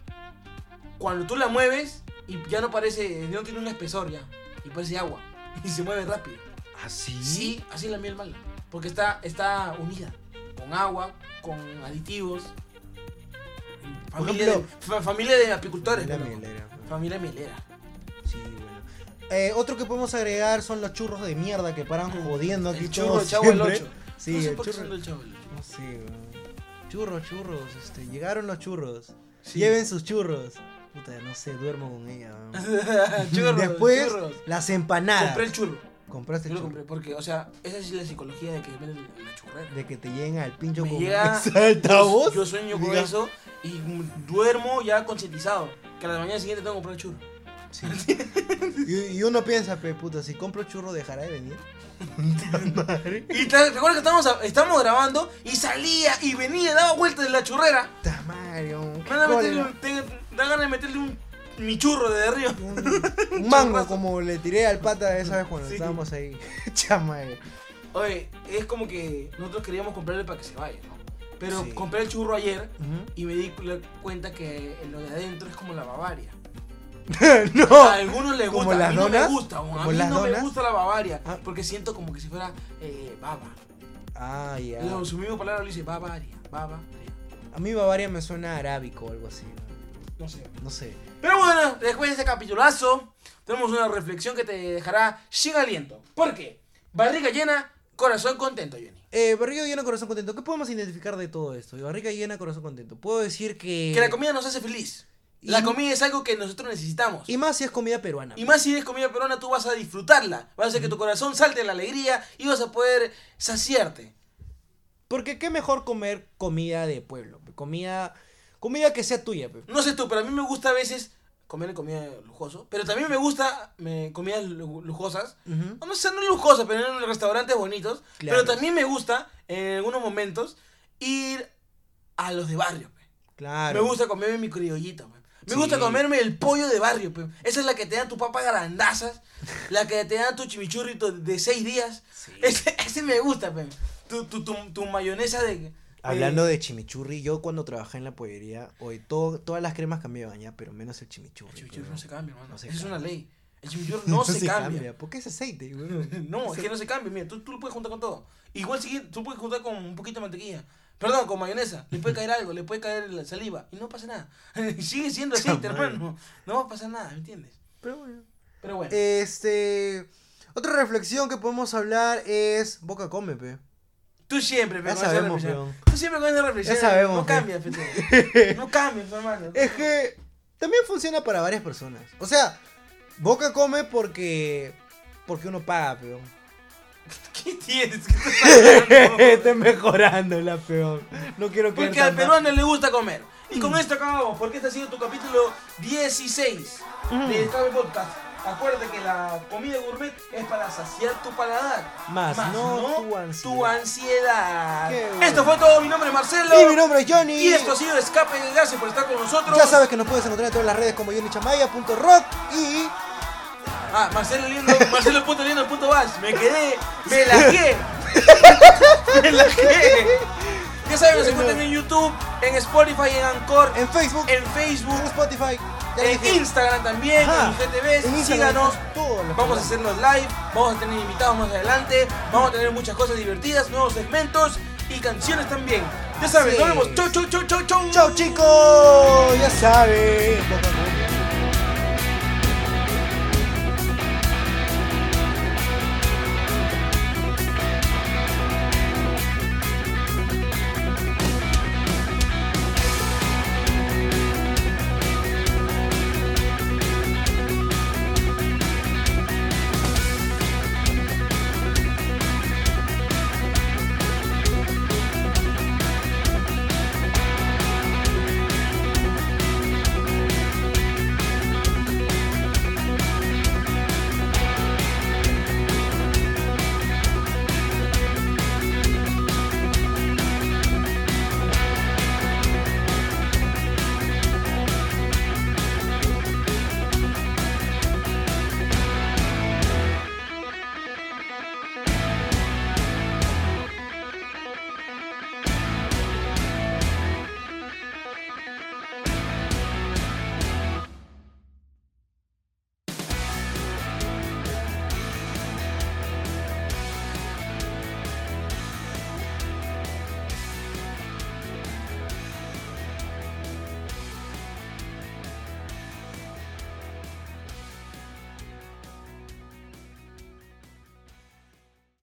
Speaker 1: cuando tú la mueves y ya no parece, no tiene un espesor ya, y parece agua, y se mueve rápido.
Speaker 3: ¿Así?
Speaker 1: ¿Ah, Sí, así la miel mala. Porque está, está unida con agua, con aditivos. Familia,
Speaker 3: ejemplo,
Speaker 1: de, fa- familia de apicultores.
Speaker 3: Mira,
Speaker 1: ¿no?
Speaker 3: mira, mira.
Speaker 1: Familia mielera.
Speaker 3: Sí, bueno. Eh, otro que podemos agregar son los churros de mierda que paran jodiendo aquí
Speaker 1: El churro,
Speaker 3: todos
Speaker 1: el chavo, el
Speaker 3: siempre.
Speaker 1: ocho.
Speaker 3: Sí,
Speaker 1: no sé
Speaker 3: el
Speaker 1: por qué
Speaker 3: churro.
Speaker 1: son del chavo, el ocho.
Speaker 3: No sé, weón. Churros, churros, este, llegaron los churros.
Speaker 1: Sí.
Speaker 3: Lleven sus churros. Puta, no sé, duermo con ella. weón.
Speaker 1: Churros,
Speaker 3: Después,
Speaker 1: churros.
Speaker 3: las empanadas.
Speaker 1: Compré el churro.
Speaker 3: Compraste
Speaker 1: Yo lo
Speaker 3: el churro.
Speaker 1: compré porque, o sea, esa es la psicología de que venden la churrera.
Speaker 3: De que te lleguen al pincho
Speaker 1: Me
Speaker 3: con
Speaker 1: llega-
Speaker 3: esa altavoz.
Speaker 1: Yo sueño con
Speaker 3: Diga.
Speaker 1: eso y mm, duermo ya concientizado. Que a la mañana siguiente tengo que comprar el churro.
Speaker 3: Sí. y, y uno piensa, pe puta, si compro churro, ¿dejará de venir?
Speaker 1: Y te recuerdo que estamos, estamos grabando y salía y venía, daba vueltas en la churrera.
Speaker 3: Puta madre, weón, qué
Speaker 1: Me da, meterle
Speaker 3: cólera.
Speaker 1: un- te- da ganas de meterle un mi churro de arriba.
Speaker 3: Un, un mango, como le tiré al pata esa vez cuando
Speaker 1: Sí.
Speaker 3: estábamos ahí. Chamae.
Speaker 1: Oye, es como que nosotros queríamos comprarle para que se vaya, ¿no? Pero
Speaker 3: Sí.
Speaker 1: compré el churro ayer y me di cu- cuenta que lo de adentro es como la Bavaria.
Speaker 3: no.
Speaker 1: A algunos les
Speaker 3: ¿Como
Speaker 1: gusta, a
Speaker 3: las
Speaker 1: mí no me
Speaker 3: donas?
Speaker 1: gusta, weón. a
Speaker 3: ¿Como
Speaker 1: mí
Speaker 3: las
Speaker 1: no me
Speaker 3: donas?
Speaker 1: gusta la Bavaria,
Speaker 3: Ah.
Speaker 1: porque siento como que si fuera eh, baba.
Speaker 3: Ah, ya.
Speaker 1: Lo- Su misma palabra lo dice Bavaria, Bavaria,
Speaker 3: A mí Bavaria me suena arábico o algo así. ¿no?
Speaker 1: no sé.
Speaker 3: No sé.
Speaker 1: Pero bueno, después de este capitulazo, tenemos una reflexión que te dejará sin aliento. ¿Por qué? Barriga llena, corazón contento, Johnny.
Speaker 3: Eh, barriga llena, corazón contento. ¿Qué podemos identificar de todo esto? Barriga llena, corazón contento. Puedo decir que.
Speaker 1: Que la comida nos hace feliz.
Speaker 3: Eh. Y-
Speaker 1: La comida es algo que nosotros necesitamos.
Speaker 3: Y más si es comida peruana.
Speaker 1: Y más si es comida peruana, tú vas a disfrutarla. Vas a hacer que tu corazón salte de la alegría y vas a poder saciarte.
Speaker 3: Porque qué mejor comer comida de pueblo. pe, Comida. Comida que sea tuya, pe.
Speaker 1: No sé tú, pero a mí me gusta a veces comer comida lujoso. Pero también me gusta me, comidas lu- lujosas.
Speaker 3: Ujú.
Speaker 1: O No sé, no lujosas, pero en restaurantes bonitos.
Speaker 3: Claro.
Speaker 1: Pero también me gusta, en algunos momentos, ir a los de barrio. pe.
Speaker 3: Claro.
Speaker 1: Me gusta comerme mi criollito, pe. Me
Speaker 3: Sí.
Speaker 1: gusta comerme el pollo de barrio, pe. Esa es la que te dan tu papa grandazas, la que te dan tu chimichurrito de seis días. Ese, ese me gusta, pe. Tu, tu, tu, tu mayonesa de... de-
Speaker 3: Hablando de chimichurri, yo cuando trabajé en la pollería, hoy todo, todas las cremas cambiaban ya, pero menos el chimichurri.
Speaker 1: El chimichurri
Speaker 3: weón.
Speaker 1: no se cambia, hermano.
Speaker 3: No se
Speaker 1: Esa es
Speaker 3: cambia.
Speaker 1: una ley. El chimichurri no, se, cambia.
Speaker 3: ¿Por qué es aceite, weón?
Speaker 1: No, es que no se cambia. Mira, tú, tú lo puedes juntar con todo. Igual si tú puedes juntar con un poquito de mantequilla. Perdón, con mayonesa. Le puede caer algo, le puede caer la saliva. Y no pasa nada. Sigue siendo aceite,
Speaker 3: Chamay.
Speaker 1: hermano. No va a pasar nada, ¿me entiendes?
Speaker 3: Pero bueno.
Speaker 1: Pero
Speaker 3: Eh,
Speaker 1: bueno.
Speaker 3: Este. Otra reflexión que podemos hablar es. Boca come, pe.
Speaker 1: Tú siempre,
Speaker 3: Ya
Speaker 1: pero con esa
Speaker 3: sabemos,
Speaker 1: reflexión.
Speaker 3: weón.
Speaker 1: Tú siempre con esa reflexión.
Speaker 3: Ya sabemos,
Speaker 1: No
Speaker 3: pe.
Speaker 1: cambias, pe, tú. No cambias, hermano.
Speaker 3: Es que también funciona para varias personas. O sea, Boca come porque. Porque uno paga, peón.
Speaker 1: ¿Qué tienes? ¿Qué estás hablando?
Speaker 3: mejorando la peón. No Mm. quiero
Speaker 1: Porque al peruano le gusta comer. Y con esto acabamos, porque este ha sido tu capítulo 16
Speaker 3: Mm.
Speaker 1: de Cabe Podcast. Acuérdate que la comida gourmet es para saciar tu paladar.
Speaker 3: Más, no tu ansiedad.
Speaker 1: ansiedad.
Speaker 3: Qué bueno.
Speaker 1: Esto fue todo, mi nombre es Marcelo.
Speaker 3: Y mi nombre es Johnny.
Speaker 1: Y esto ha sido Escape, gracias por estar con nosotros.
Speaker 3: Ya sabes que nos puedes encontrar en todas las redes como JohnnyChamaya.rock y.
Speaker 1: Ah, Marcelo Lindo, Marcelo punto Lindo punto Bash. Me quedé, me lajé. me lajé. Ya saben, nos encuentran en YouTube, en Spotify, en Anchor,
Speaker 3: en Facebook,
Speaker 1: en Facebook.
Speaker 3: en Spotify. Ya
Speaker 1: en
Speaker 3: dije-
Speaker 1: Instagram también, en
Speaker 3: Ajá.
Speaker 1: IGTV,
Speaker 3: En Instagram
Speaker 1: síganos.
Speaker 3: está todo lo que
Speaker 1: Vamos a
Speaker 3: hablamos.
Speaker 1: hacer los live, vamos a tener invitados más adelante, vamos a tener muchas cosas divertidas, nuevos segmentos y canciones también. Ya saben,
Speaker 3: Así
Speaker 1: nos vemos.
Speaker 3: es.
Speaker 1: Chau, chau, chau, chau, chau.
Speaker 3: Chao chicos, ya saben. Boca a boca.